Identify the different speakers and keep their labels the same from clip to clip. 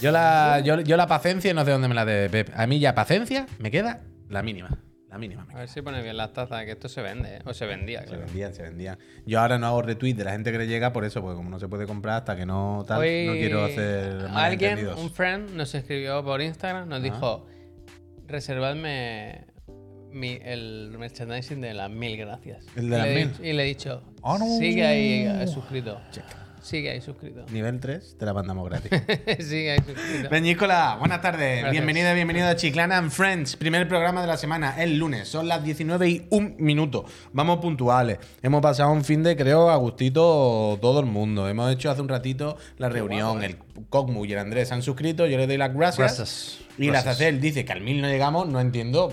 Speaker 1: Yo la, yo, yo la paciencia no sé dónde me la de Pep. A mí ya paciencia me queda la mínima. La mínima. me
Speaker 2: A ver si pone bien las tazas, que esto se vende, ¿eh? O se vendía,
Speaker 1: Se
Speaker 2: claro.
Speaker 1: vendían, se vendían. Yo ahora no hago retweet de la gente que le llega por eso, porque como no se puede comprar hasta que no tal,
Speaker 2: Hoy
Speaker 1: no quiero hacer
Speaker 2: Pues, Alguien,
Speaker 1: malentendidos.
Speaker 2: un friend, nos escribió por Instagram, nos dijo: reservadme mi- el merchandising de las mil gracias.
Speaker 1: ¿El de
Speaker 2: Y
Speaker 1: las
Speaker 2: le he
Speaker 1: mil?
Speaker 2: dicho- Y le he dicho:
Speaker 1: Ah, no.
Speaker 2: sigue ahí eh, suscrito. Sigue ahí suscrito.
Speaker 1: Nivel 3, te la mandamos gratis.
Speaker 2: sigue ahí suscrito.
Speaker 1: Beñícola, buenas tardes.
Speaker 2: Gracias.
Speaker 1: Bienvenida, bienvenido a Chiclana and Friends. Primer programa de la semana, el lunes. Son las 19 y un minuto. Vamos puntuales. Hemos pasado un fin de, creo, a gustito todo el mundo. Hemos hecho hace un ratito la reunión. El Cogmu y el Andrés se han suscrito. Yo les doy las gracias.
Speaker 3: Gracias.
Speaker 1: Y
Speaker 3: Gracias.
Speaker 1: la Zacel dice que al mil no llegamos. No entiendo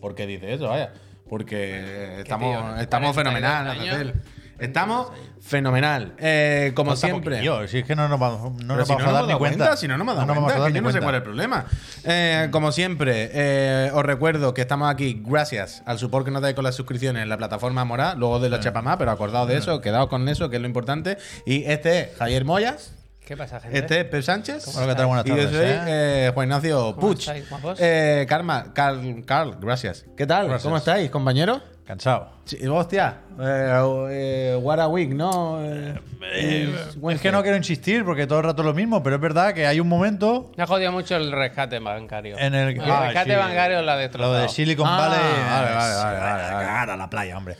Speaker 1: por qué dice eso, vaya. Porque estamos,
Speaker 2: tío,
Speaker 1: estamos
Speaker 2: 42
Speaker 1: fenomenal,
Speaker 2: años.
Speaker 1: Azazel. Estamos fenomenal. Eh, como
Speaker 3: Falta
Speaker 1: siempre.
Speaker 3: poquillo, si es que no nos vamos, no
Speaker 1: Pero
Speaker 3: nos
Speaker 1: si
Speaker 3: vamos
Speaker 1: no
Speaker 3: a
Speaker 1: nos
Speaker 3: dar
Speaker 1: hemos
Speaker 3: ni
Speaker 1: dado
Speaker 3: cuenta.
Speaker 1: Si no, no me he dado
Speaker 3: nos
Speaker 1: cuenta.
Speaker 3: vamos a dar
Speaker 1: que
Speaker 3: ni
Speaker 1: yo no sé
Speaker 3: cuenta.
Speaker 1: cuál es el problema. Eh, como siempre, eh, os recuerdo que estamos aquí gracias al support que nos dais con las suscripciones en la plataforma Morá, luego de la chapa más, pero acordaos de eso, quedaos con eso, que es lo importante. Y este es Javier Moyas,
Speaker 2: ¿Qué pasa, gente?
Speaker 1: este es Pep Sánchez.
Speaker 3: Hola, ¿qué tal? Buenas
Speaker 1: Y yo
Speaker 3: tardes.
Speaker 1: soy
Speaker 3: ¿eh?
Speaker 1: eh, Juan Ignacio Puch.
Speaker 2: estáis, guapos?
Speaker 1: Eh, Karma, Carl, Carl, gracias. ¿Qué tal?
Speaker 3: Gracias.
Speaker 1: ¿Cómo estáis, compañero?
Speaker 3: Cansado.
Speaker 1: Sí, hostia, eh, eh, what a week, ¿no? Eh,
Speaker 3: es que no quiero insistir porque todo el rato es lo mismo, pero es verdad que hay un momento
Speaker 2: Me ha jodido mucho el rescate bancario.
Speaker 3: en el
Speaker 2: El
Speaker 3: que.
Speaker 2: rescate bancario la ha destrozado.
Speaker 3: Lo de Silicon
Speaker 1: Ah,
Speaker 3: Valley.
Speaker 1: vale,
Speaker 3: eh,
Speaker 1: vale,
Speaker 3: se
Speaker 1: vale,
Speaker 3: va
Speaker 1: vale,
Speaker 3: a
Speaker 1: vale.
Speaker 3: cagar a la playa, hombre.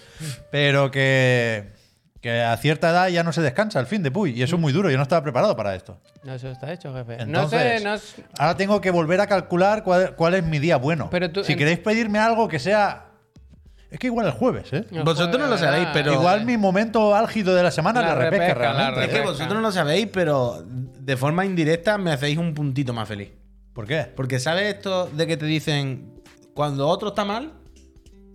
Speaker 3: Pero que. Que a cierta edad ya no se descansa el fin de Puy. Y eso es muy duro. Yo no estaba preparado para esto.
Speaker 2: No, eso está hecho, jefe.
Speaker 3: Entonces,
Speaker 2: no sé, no,
Speaker 3: ahora tengo que volver a calcular cuál, cuál es mi día bueno.
Speaker 2: Pero tú-
Speaker 3: si
Speaker 2: en-
Speaker 3: queréis pedirme algo que sea. Es que igual el jueves, ¿eh?
Speaker 2: No
Speaker 1: Vosotros no lo
Speaker 2: jueves,
Speaker 1: sabéis,
Speaker 2: ¿verdad?
Speaker 1: pero-
Speaker 3: Igual mi momento álgido de la semana es
Speaker 2: eh, La
Speaker 3: la repesca,
Speaker 2: repesca, la
Speaker 3: realmente.
Speaker 1: Es que
Speaker 2: Correcto.
Speaker 1: vosotros no lo sabéis, pero de forma indirecta me hacéis un puntito más feliz.
Speaker 3: ¿Por qué?
Speaker 1: Porque ¿sabes esto de que te dicen cuando otro está mal?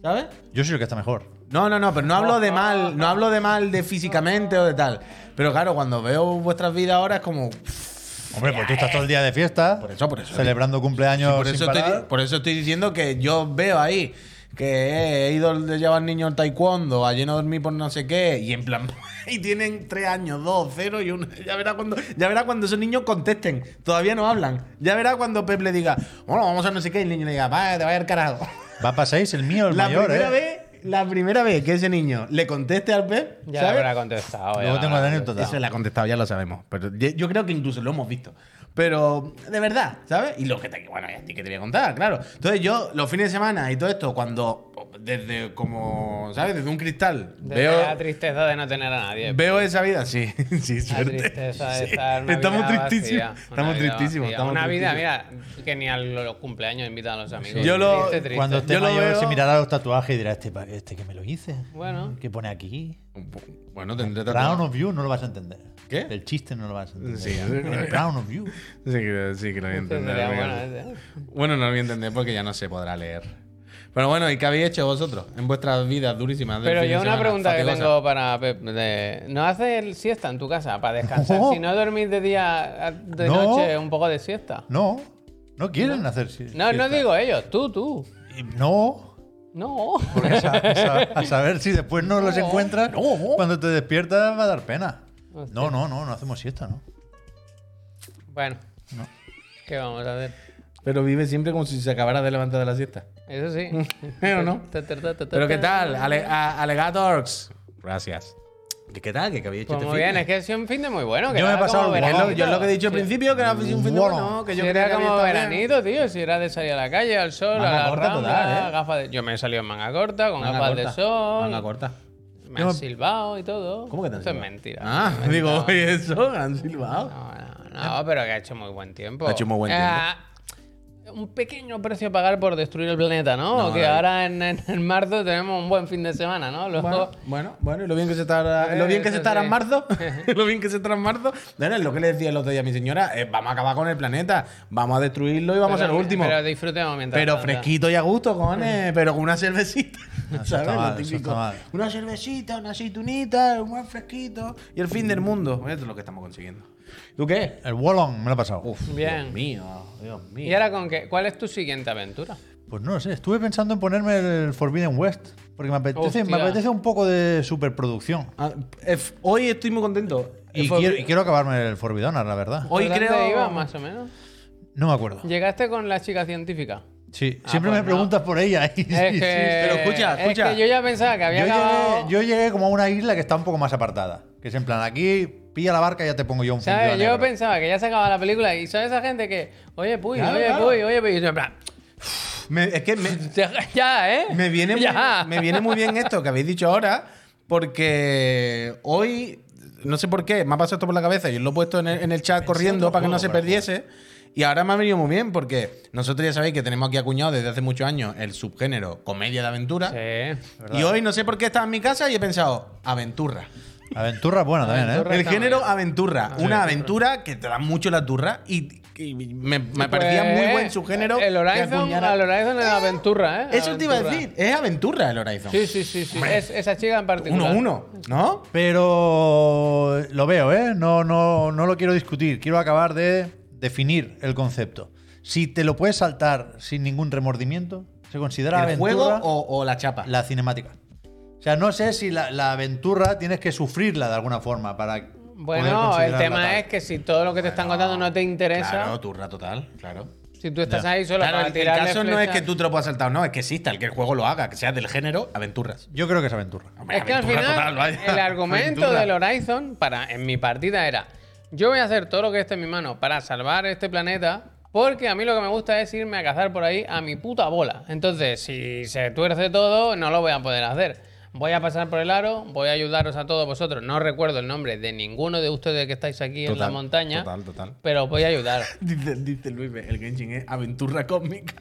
Speaker 1: ¿Sabes?
Speaker 3: Yo soy el que está mejor.
Speaker 1: No, no, no, pero no hablo de mal, no hablo de mal de físicamente o de tal. Pero claro, cuando veo vuestras vidas ahora es como. pff,
Speaker 3: Hombre, pues tú estás todo el día de fiesta.
Speaker 1: Por eso, por eso.
Speaker 3: Celebrando cumpleaños
Speaker 1: Por
Speaker 3: sin
Speaker 1: eso,
Speaker 3: parar.
Speaker 1: estoy, por eso estoy diciendo que yo veo ahí que he ido de llevar niño al taekwondo, ayer no dormí por no sé qué, y en plan, y tienen tres años, dos, cero, y uno. Ya verá cuando, ya verá cuando esos niños contesten, todavía no hablan. Ya verá cuando Pep le diga, bueno, vamos a no sé qué, y el niño le diga, vaya, te vaya al carajo.
Speaker 3: Va para seis, el mío, el
Speaker 1: la
Speaker 3: mayor,
Speaker 1: primera
Speaker 3: ¿eh?
Speaker 1: vez, la primera vez que ese niño le conteste al Pep,
Speaker 2: Ya
Speaker 1: ¿sabes?
Speaker 2: habrá contestado. ya
Speaker 3: Luego tengo la
Speaker 2: habrá-
Speaker 3: anécdota.
Speaker 1: Eso le ha contestado, ya lo sabemos. Pero ye- yo creo que incluso lo hemos visto. Pero de verdad, ¿sabes? Y lo que te, bueno, a ti que te voy a contar, claro. Entonces yo los fines de semana y todo esto, cuando desde como, ¿sabes? Desde un cristal
Speaker 2: de La
Speaker 1: veo,
Speaker 2: tristeza de no tener a nadie.
Speaker 1: veo esa vida, sí, sí,
Speaker 2: La
Speaker 1: suerte.
Speaker 2: tristeza de
Speaker 1: Sí.
Speaker 2: estar una
Speaker 1: Estamos
Speaker 2: vida
Speaker 1: tristísimos,
Speaker 2: vacía, una
Speaker 1: estamos
Speaker 2: vida
Speaker 1: tristísimos,
Speaker 2: vacía.
Speaker 1: estamos
Speaker 2: Una vida,
Speaker 1: tristísimos.
Speaker 2: mira, que ni a los, los cumpleaños invitan a los amigos.
Speaker 1: Yo lo-
Speaker 2: Triste, triste.
Speaker 3: Cuando esté
Speaker 1: Yo lo
Speaker 3: mayor
Speaker 1: veo-
Speaker 3: se mirará los tatuajes y dirá, este, pa- este que me lo hice.
Speaker 2: Bueno.
Speaker 3: ¿Qué pone aquí?
Speaker 1: Bueno, tendré tratado.
Speaker 3: Brown of you no lo vas a entender.
Speaker 1: ¿Qué?
Speaker 3: El chiste no lo vas a entender.
Speaker 1: Sí,
Speaker 3: el Brown of you.
Speaker 1: Sí, que- sí que lo voy a entender.
Speaker 2: Sería
Speaker 1: venga.
Speaker 2: bueno, ese.
Speaker 1: Bueno, no lo voy a entender porque ya no se podrá leer. Pero bueno, ¿y qué habéis hecho vosotros en vuestras vidas durísimas? del
Speaker 2: Pero
Speaker 1: fin de
Speaker 2: yo una
Speaker 1: semana,
Speaker 2: pregunta que
Speaker 1: fatigosas?
Speaker 2: tengo para Pep. de- ¿No haces el siesta en tu casa para descansar?
Speaker 3: No.
Speaker 2: Si no dormís de día, a- de
Speaker 3: No.
Speaker 2: noche, un poco de siesta.
Speaker 3: No, no quieren hacer si-
Speaker 2: No, no
Speaker 3: fiesta.
Speaker 2: digo ellos, tú, tú.
Speaker 3: Y No,
Speaker 2: No.
Speaker 3: porque a, sa- a sa- a saber si después no los encuentras, cuando te despiertas va a dar pena. No, no, no, no hacemos siesta, ¿no?
Speaker 2: Bueno,
Speaker 3: No.
Speaker 2: ¿qué vamos a hacer?
Speaker 1: Pero vive siempre como si se acabara de levantar de la siesta.
Speaker 2: Eso sí.
Speaker 1: ¿O no?
Speaker 2: Ta, ta, ta, ta, ta,
Speaker 1: Pero ¿qué
Speaker 2: ta.
Speaker 1: tal? Ale- a- Alegatorx. Gracias. ¿Qué, qué tal? ¿Qué, qué habéis hecho
Speaker 2: Pues
Speaker 1: este
Speaker 2: muy bien,
Speaker 1: fin?
Speaker 2: es que ha sido un fin de muy bueno. que
Speaker 3: Yo me he
Speaker 2: era
Speaker 3: pasado
Speaker 2: como
Speaker 3: el
Speaker 1: Es
Speaker 3: guau.
Speaker 1: lo-
Speaker 2: veranito.
Speaker 1: yo es lo que he dicho al
Speaker 2: Sí.
Speaker 1: principio, que era un fin de
Speaker 3: Bueno.
Speaker 1: bueno, que
Speaker 2: Sí,
Speaker 1: yo creía
Speaker 2: era
Speaker 1: que había
Speaker 2: como
Speaker 1: estado bien.
Speaker 2: veranito, tío. Si era de salir a la calle, al sol,
Speaker 1: Manga
Speaker 2: a la
Speaker 1: corta
Speaker 2: rambla,
Speaker 1: total, ¿eh?
Speaker 2: gafas de... Yo me he salido en manga corta, con
Speaker 1: Manga
Speaker 2: gafas
Speaker 1: corta.
Speaker 2: de sol.
Speaker 1: Manga corta.
Speaker 2: Me han silbado y todo.
Speaker 1: ¿Cómo que te han
Speaker 2: Eso es
Speaker 1: silbado?
Speaker 2: mentira.
Speaker 1: Ah,
Speaker 2: Me han
Speaker 1: digo,
Speaker 2: silbado.
Speaker 1: ¿y eso? ¿Han silbado?
Speaker 2: No, no, no, pero que ha hecho muy buen tiempo.
Speaker 1: Ha hecho muy buen
Speaker 2: tiempo. Un pequeño precio a pagar por destruir el planeta, ¿no?
Speaker 1: No, eh.
Speaker 2: que
Speaker 1: no.
Speaker 2: ahora en, en- en marzo tenemos un buen fin de semana, ¿no? Luego,
Speaker 1: Bueno, bueno, bueno, y lo bien que se estará,
Speaker 2: Eh,
Speaker 1: lo bien que se
Speaker 2: eso
Speaker 1: estará
Speaker 2: sí.
Speaker 1: en marzo, lo bien que se estará en marzo. Bueno, es lo que le decía el otro día a mi señora, eh, vamos a acabar con el planeta, vamos a destruirlo y vamos
Speaker 2: pero-
Speaker 1: a ser los últimos.
Speaker 2: Pero
Speaker 1: Pero,
Speaker 2: disfrutemos mientras. tanto.
Speaker 1: fresquito y a gusto, cojones, pero con una cervecita.
Speaker 3: No, eso
Speaker 1: ¿Sabes?
Speaker 3: está
Speaker 1: Lo
Speaker 3: mal, eso
Speaker 1: típico.
Speaker 3: está mal.
Speaker 1: Una cervecita, una aceitunita, un buen fresquito y el fin del mundo. Bueno, Esto es lo que estamos consiguiendo. ¿Tú qué?
Speaker 3: El Wallon me lo he pasado.
Speaker 1: Dios
Speaker 2: Bien.
Speaker 1: mío, Dios mío.
Speaker 2: ¿Y ahora con qué? ¿Cuál es tu siguiente aventura?
Speaker 3: Pues no lo sé, estuve pensando en ponerme el Forbidden West, porque me apetece, me
Speaker 2: Hostia.
Speaker 3: apetece un poco de superproducción.
Speaker 1: Ah, eh, hoy estoy muy contento.
Speaker 3: Y
Speaker 1: Fue-
Speaker 3: quiero, y quiero acabarme el Forbidden, la verdad.
Speaker 1: Hoy
Speaker 2: ¿Por dónde
Speaker 1: creo
Speaker 2: ibas, más o menos?
Speaker 3: No me acuerdo.
Speaker 2: Llegaste con la chica científica.
Speaker 3: Sí,
Speaker 2: Ah,
Speaker 3: siempre
Speaker 2: pues no.
Speaker 3: me preguntas por ella. y-
Speaker 2: Es que,
Speaker 3: sí, sí.
Speaker 1: pero escucha,
Speaker 2: es
Speaker 1: escucha.
Speaker 2: que yo ya pensaba que había
Speaker 3: Yo llegué,
Speaker 2: acabado.
Speaker 3: yo llegué como a una isla que está un poco más apartada. Que es en plan, aquí pilla la barca y ya te pongo yo un fundido
Speaker 2: ¿Sabes? Yo
Speaker 3: negro.
Speaker 2: pensaba que ya se acababa la película y ¿sabes esa gente que, oye, puy,
Speaker 1: Claro,
Speaker 2: oye,
Speaker 1: claro.
Speaker 2: puy, oye, puy? Y yo, en plan,
Speaker 1: Me- es que me,
Speaker 2: ya, ¿eh?
Speaker 1: Me viene, muy,
Speaker 2: ya.
Speaker 1: me viene muy bien esto que habéis dicho ahora, porque hoy, no sé por qué, me ha pasado esto por la cabeza y lo he puesto en el, en el chat corriendo
Speaker 3: otro
Speaker 1: para que no
Speaker 3: juego,
Speaker 1: se
Speaker 3: Marco.
Speaker 1: perdiese. Y ahora me ha venido muy bien, porque nosotros ya sabéis que tenemos aquí acuñado desde hace muchos años el subgénero comedia de aventura.
Speaker 2: Sí.
Speaker 1: Y hoy no sé por qué estaba en mi casa y he pensado, aventura.
Speaker 3: Aventura es buena también, ¿eh?
Speaker 2: Aventura.
Speaker 1: El
Speaker 2: está
Speaker 1: género
Speaker 2: bien.
Speaker 1: aventura. Una aventura que te da mucho la turra y, y me, me parecía
Speaker 2: Pues,
Speaker 1: muy buen subgénero.
Speaker 2: El
Speaker 1: que
Speaker 2: Horizon,
Speaker 1: acuñara-
Speaker 2: el Horizon es aventura, ¿eh?
Speaker 1: Eso te iba a
Speaker 2: Aventura.
Speaker 1: decir, es aventura el Horizon.
Speaker 2: Sí, sí, sí. sí. Es- esa chica en particular.
Speaker 1: 1-1, ¿no?
Speaker 3: Pero lo veo, ¿eh? No, no, no lo quiero discutir. Quiero acabar de definir el concepto. Si te lo puedes saltar sin ningún remordimiento, se considera
Speaker 1: ¿El
Speaker 3: aventura
Speaker 1: juego o, o la chapa?
Speaker 3: la cinemática. O sea, no sé si la, la aventura tienes que sufrirla de alguna forma para. poder
Speaker 2: Bueno, el
Speaker 3: considerarla
Speaker 2: tema
Speaker 3: tal.
Speaker 2: es que si todo lo que te están contando no te interesa,
Speaker 1: Claro, turra total, claro.
Speaker 2: si tú estás
Speaker 3: Ya.
Speaker 2: ahí solo
Speaker 1: Claro,
Speaker 2: para
Speaker 1: el, el
Speaker 2: tirarle
Speaker 1: caso no es que
Speaker 2: flechas-
Speaker 1: tú te lo puedas saltar, no, es que exista, el que el juego lo haga, que sea del género aventuras.
Speaker 3: Yo creo que es aventura.
Speaker 1: Hombre,
Speaker 2: Es que al
Speaker 1: aventura
Speaker 2: final
Speaker 1: total, vaya.
Speaker 2: el argumento
Speaker 1: Aventura.
Speaker 2: del Horizon para en mi partida era yo voy a hacer todo lo que esté en mi mano para salvar este planeta porque a mí lo que me gusta es irme a cazar por ahí a mi puta bola. Entonces, si se tuerce todo, no lo voy a poder hacer. Voy a pasar por el aro, voy a ayudaros a todos vosotros. No recuerdo el nombre de ninguno de ustedes que estáis aquí en la
Speaker 1: Total,
Speaker 2: montaña,
Speaker 1: Total, total.
Speaker 2: pero voy a ayudar.
Speaker 1: Dice, dice Luis, el Genshin es aventura cósmica.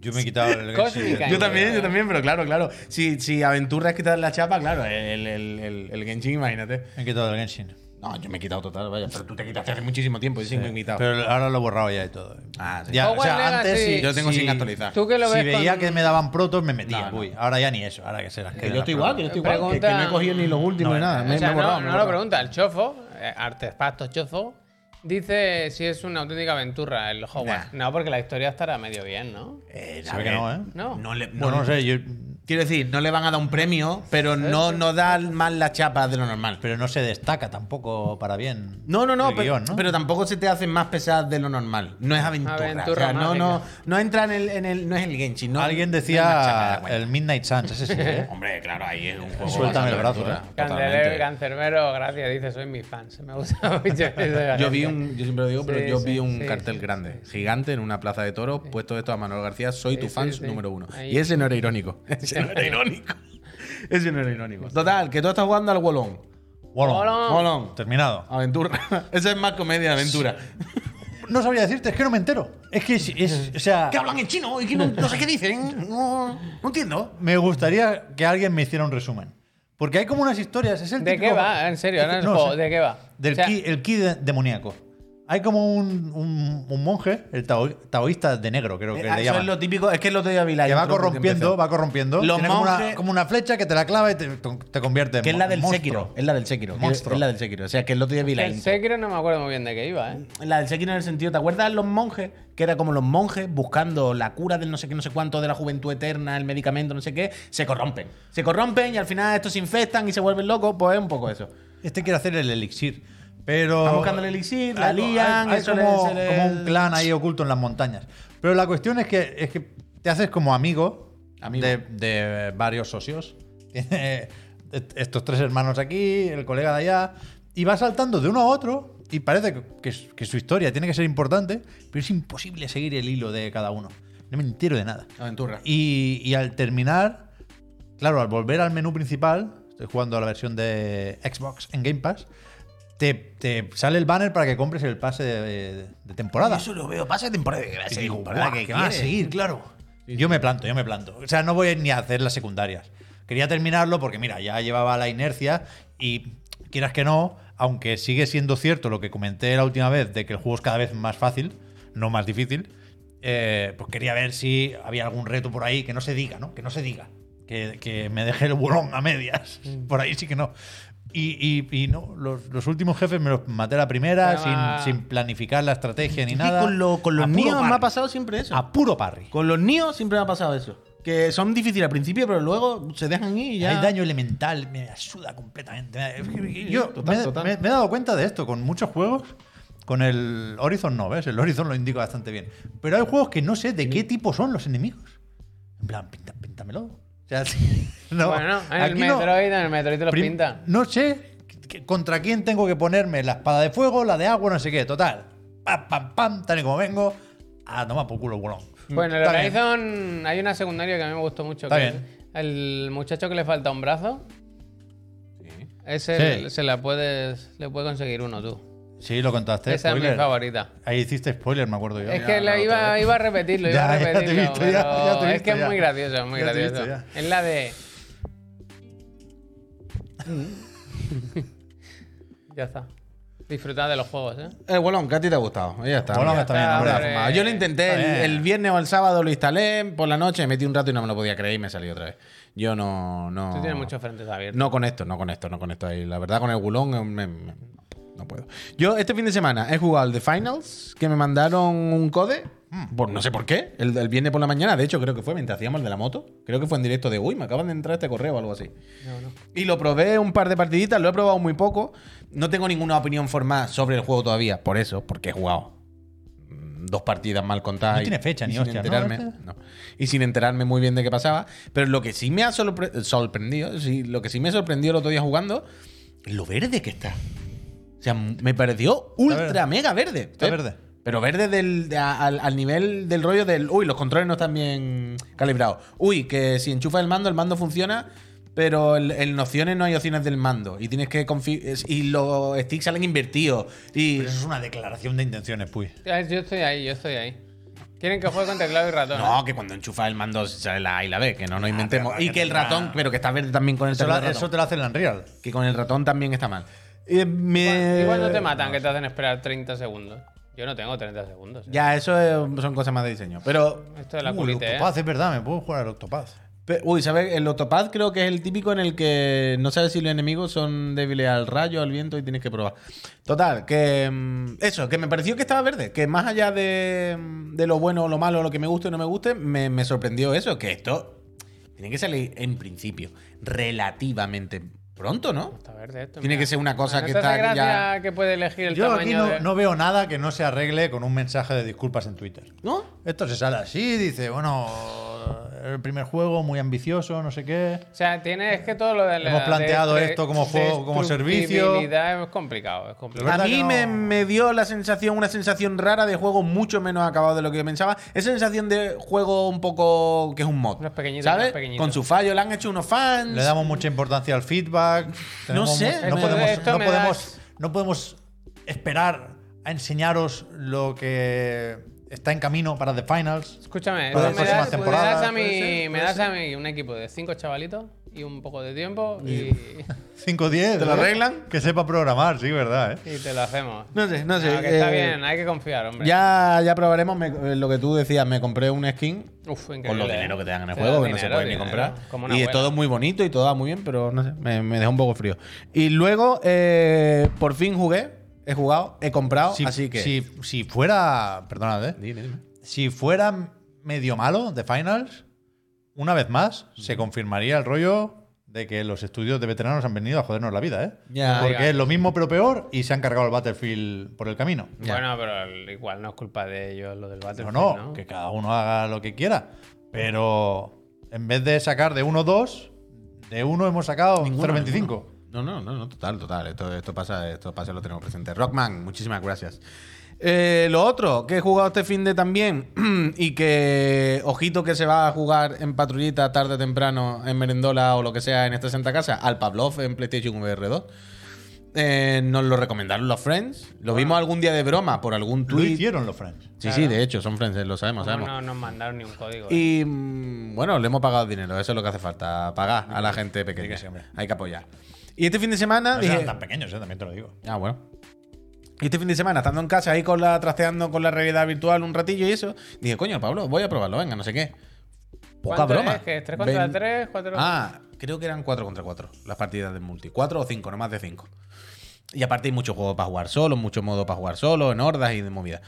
Speaker 3: Yo me he quitado el.
Speaker 2: Cósmica.
Speaker 1: Yo también,
Speaker 2: idea.
Speaker 1: yo también, pero claro, claro. Si, si aventura es quitar la chapa, claro, el, el, el, el Genshin, imagínate.
Speaker 3: Me he quitado el Genshin.
Speaker 1: No, yo me he quitado total, vaya, pero tú te quitaste hace muchísimo tiempo, yo sí me he quitado.
Speaker 3: Pero ahora lo he borrado ya y todo.
Speaker 1: Ah, sí.
Speaker 3: Ya, o sea,
Speaker 2: Hogwarts
Speaker 3: antes
Speaker 2: Legacy.
Speaker 3: sí,
Speaker 1: Yo tengo
Speaker 3: sí.
Speaker 1: sin actualizar.
Speaker 2: Tú que lo
Speaker 3: si
Speaker 2: ves
Speaker 3: veía
Speaker 2: con-
Speaker 3: que me daban protos, me
Speaker 1: No,
Speaker 3: metía.
Speaker 1: no.
Speaker 3: Uy, ahora ya ni eso, ahora que será.
Speaker 1: Que yo estoy igual, que yo estoy igual.
Speaker 2: Pregunta-
Speaker 1: que- Que no eh, he cogido ni los últimos ni nada.
Speaker 2: O
Speaker 1: me-
Speaker 2: sea,
Speaker 1: me he borrado,
Speaker 2: no,
Speaker 1: me he
Speaker 2: no lo
Speaker 1: borrado.
Speaker 2: pregunta, el chofo, eh, artefacto chofo, dice si es una auténtica aventura el Hogwarts. No, porque la historia estará medio bien, ¿no?
Speaker 1: Eh,
Speaker 3: Se
Speaker 1: a
Speaker 3: ve que
Speaker 1: ver,
Speaker 3: no, ¿eh?
Speaker 2: No.
Speaker 1: le- no-
Speaker 3: Bueno, no sé, yo.
Speaker 1: Quiero decir, no le van a dar un premio, pero no, no da más la chapa de lo normal.
Speaker 3: Pero no se destaca tampoco para bien.
Speaker 1: No, no, no,
Speaker 3: el
Speaker 1: pero,
Speaker 3: guión, ¿no?
Speaker 1: pero tampoco se te hacen más pesadas de lo normal. No es aventura.
Speaker 2: Aventura
Speaker 1: o sea, no, no,
Speaker 2: mágica.
Speaker 1: no entra en el, en el. No es el Genshin. No,
Speaker 3: Alguien
Speaker 1: no es la chapa de
Speaker 3: decía
Speaker 1: la cuenta.
Speaker 3: el Midnight Suns, ese sí, ¿eh?
Speaker 1: Hombre, claro, ahí es un juego. bastante
Speaker 3: Suéltame el brazo,
Speaker 1: aventura,
Speaker 3: ¿eh?
Speaker 2: Candelero,
Speaker 1: totalmente.
Speaker 2: cancerbero, gracias, dice, soy mi fan. Se me gusta mucho. esa
Speaker 1: Yo vi
Speaker 2: gente.
Speaker 1: un, yo siempre lo digo, pero
Speaker 2: Sí,
Speaker 1: yo
Speaker 2: sí,
Speaker 1: vi un
Speaker 2: sí,
Speaker 1: cartel
Speaker 2: sí,
Speaker 1: grande, gigante, en una plaza de toros, puesto esto a Manuel García, soy tu
Speaker 2: sí,
Speaker 1: fan
Speaker 2: sí.
Speaker 1: número uno.
Speaker 2: Ahí.
Speaker 1: Y ese no era irónico. Ese no era irónico. ese no era irónico. Total, que tú estás jugando al Wolong.
Speaker 3: Wallon.
Speaker 2: Wallon.
Speaker 1: Wolong.
Speaker 3: Terminado.
Speaker 1: Aventura. Esa es más comedia de aventura.
Speaker 3: No sabría decirte, es que no me entero. Es que es. es- o sea.
Speaker 1: Que hablan en chino y que no, no sé qué dicen. No, no entiendo.
Speaker 3: Me gustaría que alguien me hiciera un resumen. Porque hay como unas historias. Es el
Speaker 2: ¿De qué
Speaker 3: típico-
Speaker 2: va? En serio, ahora en
Speaker 3: Es que-
Speaker 2: el
Speaker 3: no,
Speaker 2: juego,
Speaker 3: sé.
Speaker 2: ¿de qué va?
Speaker 3: Del
Speaker 2: O sea,
Speaker 3: ki- el ki de- demoníaco. Hay como un, un- un monje, el tao- taoísta de negro, creo que
Speaker 1: Ah,
Speaker 3: le
Speaker 1: eso
Speaker 3: llaman.
Speaker 1: es lo típico. Es que lo te iba a
Speaker 3: que va corrompiendo, va corrompiendo.
Speaker 1: Los
Speaker 3: Tiene como, una,
Speaker 1: monjes-
Speaker 3: como una flecha que te la clava y te, te convierte en
Speaker 1: Que es la
Speaker 3: mon-
Speaker 1: del
Speaker 3: monstruo.
Speaker 1: Sekiro. Es la del Sekiro.
Speaker 3: Monstruo.
Speaker 1: Es la del Sekiro. O sea, que el otro día vi la
Speaker 2: el
Speaker 1: intro.
Speaker 2: Sekiro no me acuerdo muy bien de qué iba, ¿eh?
Speaker 1: La del Sekiro en el sentido, ¿te acuerdas los monjes? Que era como los monjes buscando la cura del no sé qué, no sé cuánto, de la juventud eterna, el medicamento, no sé qué. Se corrompen. Se corrompen y al final estos se infectan y se vuelven locos. Pues es un poco eso.
Speaker 3: Este quiere hacer el elixir. Pero.
Speaker 1: Van buscando el elixir, la
Speaker 3: Hay-
Speaker 1: lían,
Speaker 3: hay- hay
Speaker 1: eso le-
Speaker 3: como,
Speaker 1: se le-
Speaker 3: como un clan ahí oculto en las montañas. Pero la cuestión es que, es que te haces como amigo,
Speaker 1: Amigo.
Speaker 3: De, de varios socios. Tiene Estos tres hermanos aquí, el colega de allá. Y va saltando de uno a otro. Y parece que, que su- que su historia tiene que ser importante. Pero es imposible seguir el hilo de cada uno. No me entero de nada.
Speaker 1: Aventura.
Speaker 3: Y, y al terminar, claro, al volver al menú principal, estoy jugando a la versión de Xbox en Game Pass, te, te sale el banner para que compres el pase de, de temporada.
Speaker 1: Eso lo veo. Pasa temporada.
Speaker 3: Y
Speaker 1: Gracias,
Speaker 3: digo,
Speaker 1: temporada
Speaker 3: "Buah,
Speaker 1: que
Speaker 3: que va a
Speaker 1: quieres".
Speaker 3: seguir, claro. Yo me planto, yo me planto. O sea, no voy ni a hacer las secundarias. Quería terminarlo porque, mira, ya llevaba la inercia y quieras que no, aunque sigue siendo cierto lo que comenté la última vez de que el juego es cada vez más fácil, no más difícil, eh, pues quería ver si había algún reto por ahí que no se diga, ¿no? Que no se diga. Que, que me deje el bolón a medias.
Speaker 1: Mm.
Speaker 3: Por ahí sí que no. Y, y- y no, los, los últimos jefes me los maté a la primera,
Speaker 2: Se llama-
Speaker 3: sin, sin planificar la estrategia ni
Speaker 1: Y
Speaker 3: nada.
Speaker 1: con, lo- con los
Speaker 3: A puro
Speaker 1: niños me ha
Speaker 3: parry.
Speaker 1: pasado siempre eso.
Speaker 3: A puro parry.
Speaker 1: Con los niños siempre me ha pasado eso. Que son difíciles al principio, pero luego se dejan ir y ya.
Speaker 3: El daño elemental me ayuda completamente. Yo
Speaker 1: Total,
Speaker 3: me,
Speaker 1: total.
Speaker 3: me- me he dado cuenta de esto con muchos juegos. Con el Horizon no, ¿ves? El Horizon lo indica bastante bien. Pero hay juegos que no sé de qué tipo son los enemigos. En plan, pinta- píntamelo. O sea, no,
Speaker 2: bueno, en el
Speaker 3: aquí no.
Speaker 2: Metroid, en el Metroid te los
Speaker 3: Prim-
Speaker 2: pintan.
Speaker 3: No sé que- contra quién tengo que ponerme la espada de fuego, la de agua, no sé qué. Total. Pam, pam, pam, tal y como vengo. Ah, toma por culo, bolón.
Speaker 2: Bueno, en el
Speaker 3: Mm. Está bien.
Speaker 2: Horizon hay una secundaria que a mí me gustó mucho.
Speaker 3: Está
Speaker 2: que
Speaker 3: bien.
Speaker 2: es El muchacho que le falta un brazo. Ese
Speaker 3: Sí.
Speaker 2: se la puedes, le puedes conseguir uno tú.
Speaker 3: Sí, lo contaste.
Speaker 2: Esa es mi
Speaker 3: spoiler.
Speaker 2: favorita.
Speaker 3: Ahí hiciste spoiler, me acuerdo yo.
Speaker 2: Es que la iba, iba a repetirlo, iba
Speaker 3: Ya,
Speaker 2: a
Speaker 3: ya te he
Speaker 2: repetirlo.
Speaker 3: visto, ya,
Speaker 2: pero
Speaker 3: ya te he
Speaker 2: es que
Speaker 3: visto,
Speaker 2: es muy
Speaker 3: ya.
Speaker 2: gracioso, es muy
Speaker 3: Ya te he
Speaker 2: gracioso.
Speaker 3: visto,
Speaker 2: es la de. ya está. Disfrutad de los juegos, ¿eh?
Speaker 1: El Wolong, que a ti te ha gustado. Ahí está.
Speaker 3: Wolong
Speaker 1: mira.
Speaker 3: está bien,
Speaker 2: está,
Speaker 3: la
Speaker 1: Habrá
Speaker 3: verdad.
Speaker 2: hombre.
Speaker 1: fumado. Ah, Yo lo intenté el,
Speaker 3: Eh, Está bien.
Speaker 1: el viernes o el sábado, lo instalé por la noche, metí un rato y no me lo podía creer y me salió otra vez. Yo no. no
Speaker 2: Tú tienes muchos frentes abiertos.
Speaker 1: No con esto, no con esto, no con esto. ahí. La verdad, con el Gulón eh, me- me- no puedo. Yo este fin de semana he jugado al The Finals, que me mandaron un code.
Speaker 3: Hmm.
Speaker 1: mm, Por, no sé por qué. El, el viernes por la mañana, de hecho, creo que fue mientras hacíamos el de la moto. Creo que fue en directo de uy, me acaban de entrar este correo o algo así. Y lo probé un par de partiditas, lo he probado muy poco. No tengo ninguna opinión formal sobre el juego todavía, por eso, porque he jugado mm, dos partidas mal contadas.
Speaker 3: No
Speaker 1: y-
Speaker 3: tiene fecha
Speaker 1: y
Speaker 3: ni
Speaker 1: sin
Speaker 3: hostia, ¿no?
Speaker 1: enterarme-
Speaker 3: Este.
Speaker 1: no. Y sin enterarme muy bien de qué pasaba. Pero lo que sí me ha sorpre- sorprendido, sí, lo que sí me sorprendió el otro día jugando, es lo verde que está. O sea, m- me pareció ultra
Speaker 3: verde.
Speaker 1: mega verde.
Speaker 3: Está
Speaker 1: ¿eh?
Speaker 3: verde.
Speaker 1: Pero verde del, de- a- al, al nivel del rollo del. Uy, los controles no están bien calibrados. Uy, que si enchufas el mando, el mando funciona. Pero el- en nociones no hay opciones del mando. Y tienes que confi- es- Y los sticks salen invertidos. Y.
Speaker 3: Pero eso es una declaración de intenciones, Puy.
Speaker 2: Eh, Yo estoy ahí, yo estoy ahí. Quieren que juegue con teclado y ratón.
Speaker 1: No, que cuando enchufas el mando sale la A y la B, que no nos inventemos.
Speaker 3: ¿eh? Ah, pero
Speaker 1: Y
Speaker 3: que
Speaker 1: que el
Speaker 3: tenga-
Speaker 1: ratón, pero que está verde también con el
Speaker 3: Eso,
Speaker 1: teclado
Speaker 3: la-
Speaker 1: del
Speaker 3: eso
Speaker 1: ratón.
Speaker 3: te lo hace el Unreal.
Speaker 1: Que con el ratón también está mal. Eh, me-
Speaker 2: Igual no te matan, que te hacen esperar 30 segundos. Yo no tengo 30 segundos. ¿eh?
Speaker 1: Ya, eso es- son cosas más de diseño. Pero
Speaker 2: Esto es la
Speaker 3: Uh,
Speaker 2: culita,
Speaker 3: el
Speaker 2: ¿eh?
Speaker 3: Octopath, es verdad, me puedo jugar al Octopath.
Speaker 1: Pe- Uy, ¿sabes? El Otopad creo que es el típico en el que no sabes si los enemigos son débiles al rayo, al viento y tienes que probar. Total, que. mm, Eso, que me pareció que estaba verde. Que más allá de, mm, de lo bueno o lo malo, lo que me guste o no me guste, me, me sorprendió eso. Que esto tiene que salir en principio relativamente pronto, ¿no?
Speaker 2: Está verde esto,
Speaker 1: Tiene
Speaker 2: mira.
Speaker 1: que ser una cosa
Speaker 2: Bueno,
Speaker 1: que
Speaker 2: esta es
Speaker 1: está
Speaker 2: la
Speaker 1: ya-
Speaker 2: gracia que puede elegir el
Speaker 3: Yo aquí
Speaker 2: tamaño
Speaker 3: no,
Speaker 2: de-
Speaker 3: no veo nada que no se arregle con un mensaje de disculpas en Twitter.
Speaker 1: ¿No?
Speaker 3: Esto se sale así, dice, bueno, el primer juego muy ambicioso, no sé qué.
Speaker 2: O sea, tiene, es que todo lo de la
Speaker 3: Hemos planteado
Speaker 2: de-
Speaker 3: esto como juego- como servicio.
Speaker 2: destructibilidad Es complicado, es complicado.
Speaker 1: A
Speaker 3: verdad
Speaker 1: mí
Speaker 3: que
Speaker 1: me,
Speaker 3: no-
Speaker 1: me dio la sensación, una sensación rara de juego mucho menos acabado de lo que yo pensaba. Es sensación de juego un poco que es un mod.
Speaker 2: Unos pequeñitos,
Speaker 1: ¿Sabes?
Speaker 2: unos pequeñitos.
Speaker 1: Con su fallo, le han hecho unos fans.
Speaker 3: Le damos mucha importancia al feedback. tenemos
Speaker 1: sé,
Speaker 3: mu-
Speaker 1: esto-
Speaker 3: No podemos,
Speaker 2: esto
Speaker 3: no,
Speaker 2: me
Speaker 3: podemos,
Speaker 2: das-
Speaker 3: no podemos esperar a enseñaros lo que está en camino para The Finals.
Speaker 2: Escúchame,
Speaker 3: Para
Speaker 2: tú
Speaker 3: las
Speaker 2: me das, me
Speaker 3: próximas
Speaker 2: das a
Speaker 3: temporadas,
Speaker 2: mí,
Speaker 3: puede ser,
Speaker 2: me
Speaker 3: puede
Speaker 2: das a mí un equipo de cinco chavalitos y un poco de tiempo y,
Speaker 3: 5-10.
Speaker 1: ¿Te lo
Speaker 3: ¿eh?
Speaker 1: arreglan?
Speaker 3: Que sepa programar, sí, verdad. ¿eh?
Speaker 2: y te lo hacemos.
Speaker 1: No sé, no sé,
Speaker 2: Claro, que está
Speaker 1: eh,
Speaker 2: bien, hay que confiar, hombre.
Speaker 1: Ya, ya probaremos me- eh, lo que tú decías. Me compré un skin
Speaker 2: Uf, increíble.
Speaker 1: con los dinero que te dan en el
Speaker 2: Te
Speaker 1: juego,
Speaker 2: dan
Speaker 1: que no se
Speaker 2: dinero,
Speaker 1: puede ni
Speaker 2: dinero,
Speaker 1: comprar.
Speaker 2: como una
Speaker 1: Y
Speaker 2: abuela.
Speaker 1: todo muy bonito y todo va muy bien, pero no sé, me, me dejó un poco frío. Y luego, eh, por fin jugué, he jugado, he comprado,
Speaker 3: Si,
Speaker 1: así que.
Speaker 3: si, si fuera. Perdonad, ¿eh?
Speaker 1: Dime, dime.
Speaker 3: Si fuera medio malo The Finals, una vez más se confirmaría el rollo de que los estudios de veteranos han venido a jodernos la vida, ¿eh?
Speaker 1: Ya.
Speaker 3: Porque
Speaker 2: Ya.
Speaker 3: es lo mismo pero peor y se han cargado el Battlefield por el camino.
Speaker 2: Bueno, pero el- igual no es culpa de ellos lo del
Speaker 3: No,
Speaker 2: Battlefield,
Speaker 3: no,
Speaker 2: ¿no?
Speaker 3: que cada uno haga lo que quiera. Pero en vez de sacar de 1 2, de 1 hemos sacado
Speaker 1: Ninguno,
Speaker 3: 0.25.
Speaker 1: ninguno. No, no, no, no, total, total. Esto, esto pasa, esto pasa, lo tenemos presente. Rockman, muchísimas gracias. Eh, lo otro que he jugado este fin de también y que ojito que se va a jugar en patrullita tarde o temprano en Merendola o lo que sea en esta Santa Casa al Pavlov en PlayStation VR 2 Eh, nos lo recomendaron los friends lo vimos algún día de broma por algún
Speaker 3: Lo
Speaker 1: tweet
Speaker 3: hicieron los Friends.
Speaker 1: sí sí
Speaker 2: Claro.
Speaker 1: de hecho son friends eh, lo sabemos
Speaker 2: Como
Speaker 1: sabemos
Speaker 2: no nos mandaron ni un código. ¿eh?
Speaker 1: y mm, bueno, le hemos pagado dinero, eso es lo que hace falta, pagar a la gente
Speaker 3: que
Speaker 1: pequeña.
Speaker 3: sí, hombre.
Speaker 1: Hay que apoyar. Y este fin de semana
Speaker 3: No
Speaker 1: dije-
Speaker 3: eran tan pequeños, eh, también te lo digo.
Speaker 1: Ah, bueno. Y este fin de semana, estando en casa ahí con la trasteando con la realidad virtual un ratillo y eso, dije, coño, Pablo, voy a probarlo, venga, no sé qué. Poca
Speaker 2: ¿Cuánto
Speaker 1: broma.
Speaker 2: es? ¿Que es tres contra
Speaker 1: Ven-
Speaker 2: tres, cuatro-
Speaker 1: Ah, creo que eran 4 contra 4 las partidas del multi. 4 o 5, no más de 5. Y aparte hay muchos juegos para jugar solo, muchos modos para jugar solo, en hordas y de movida.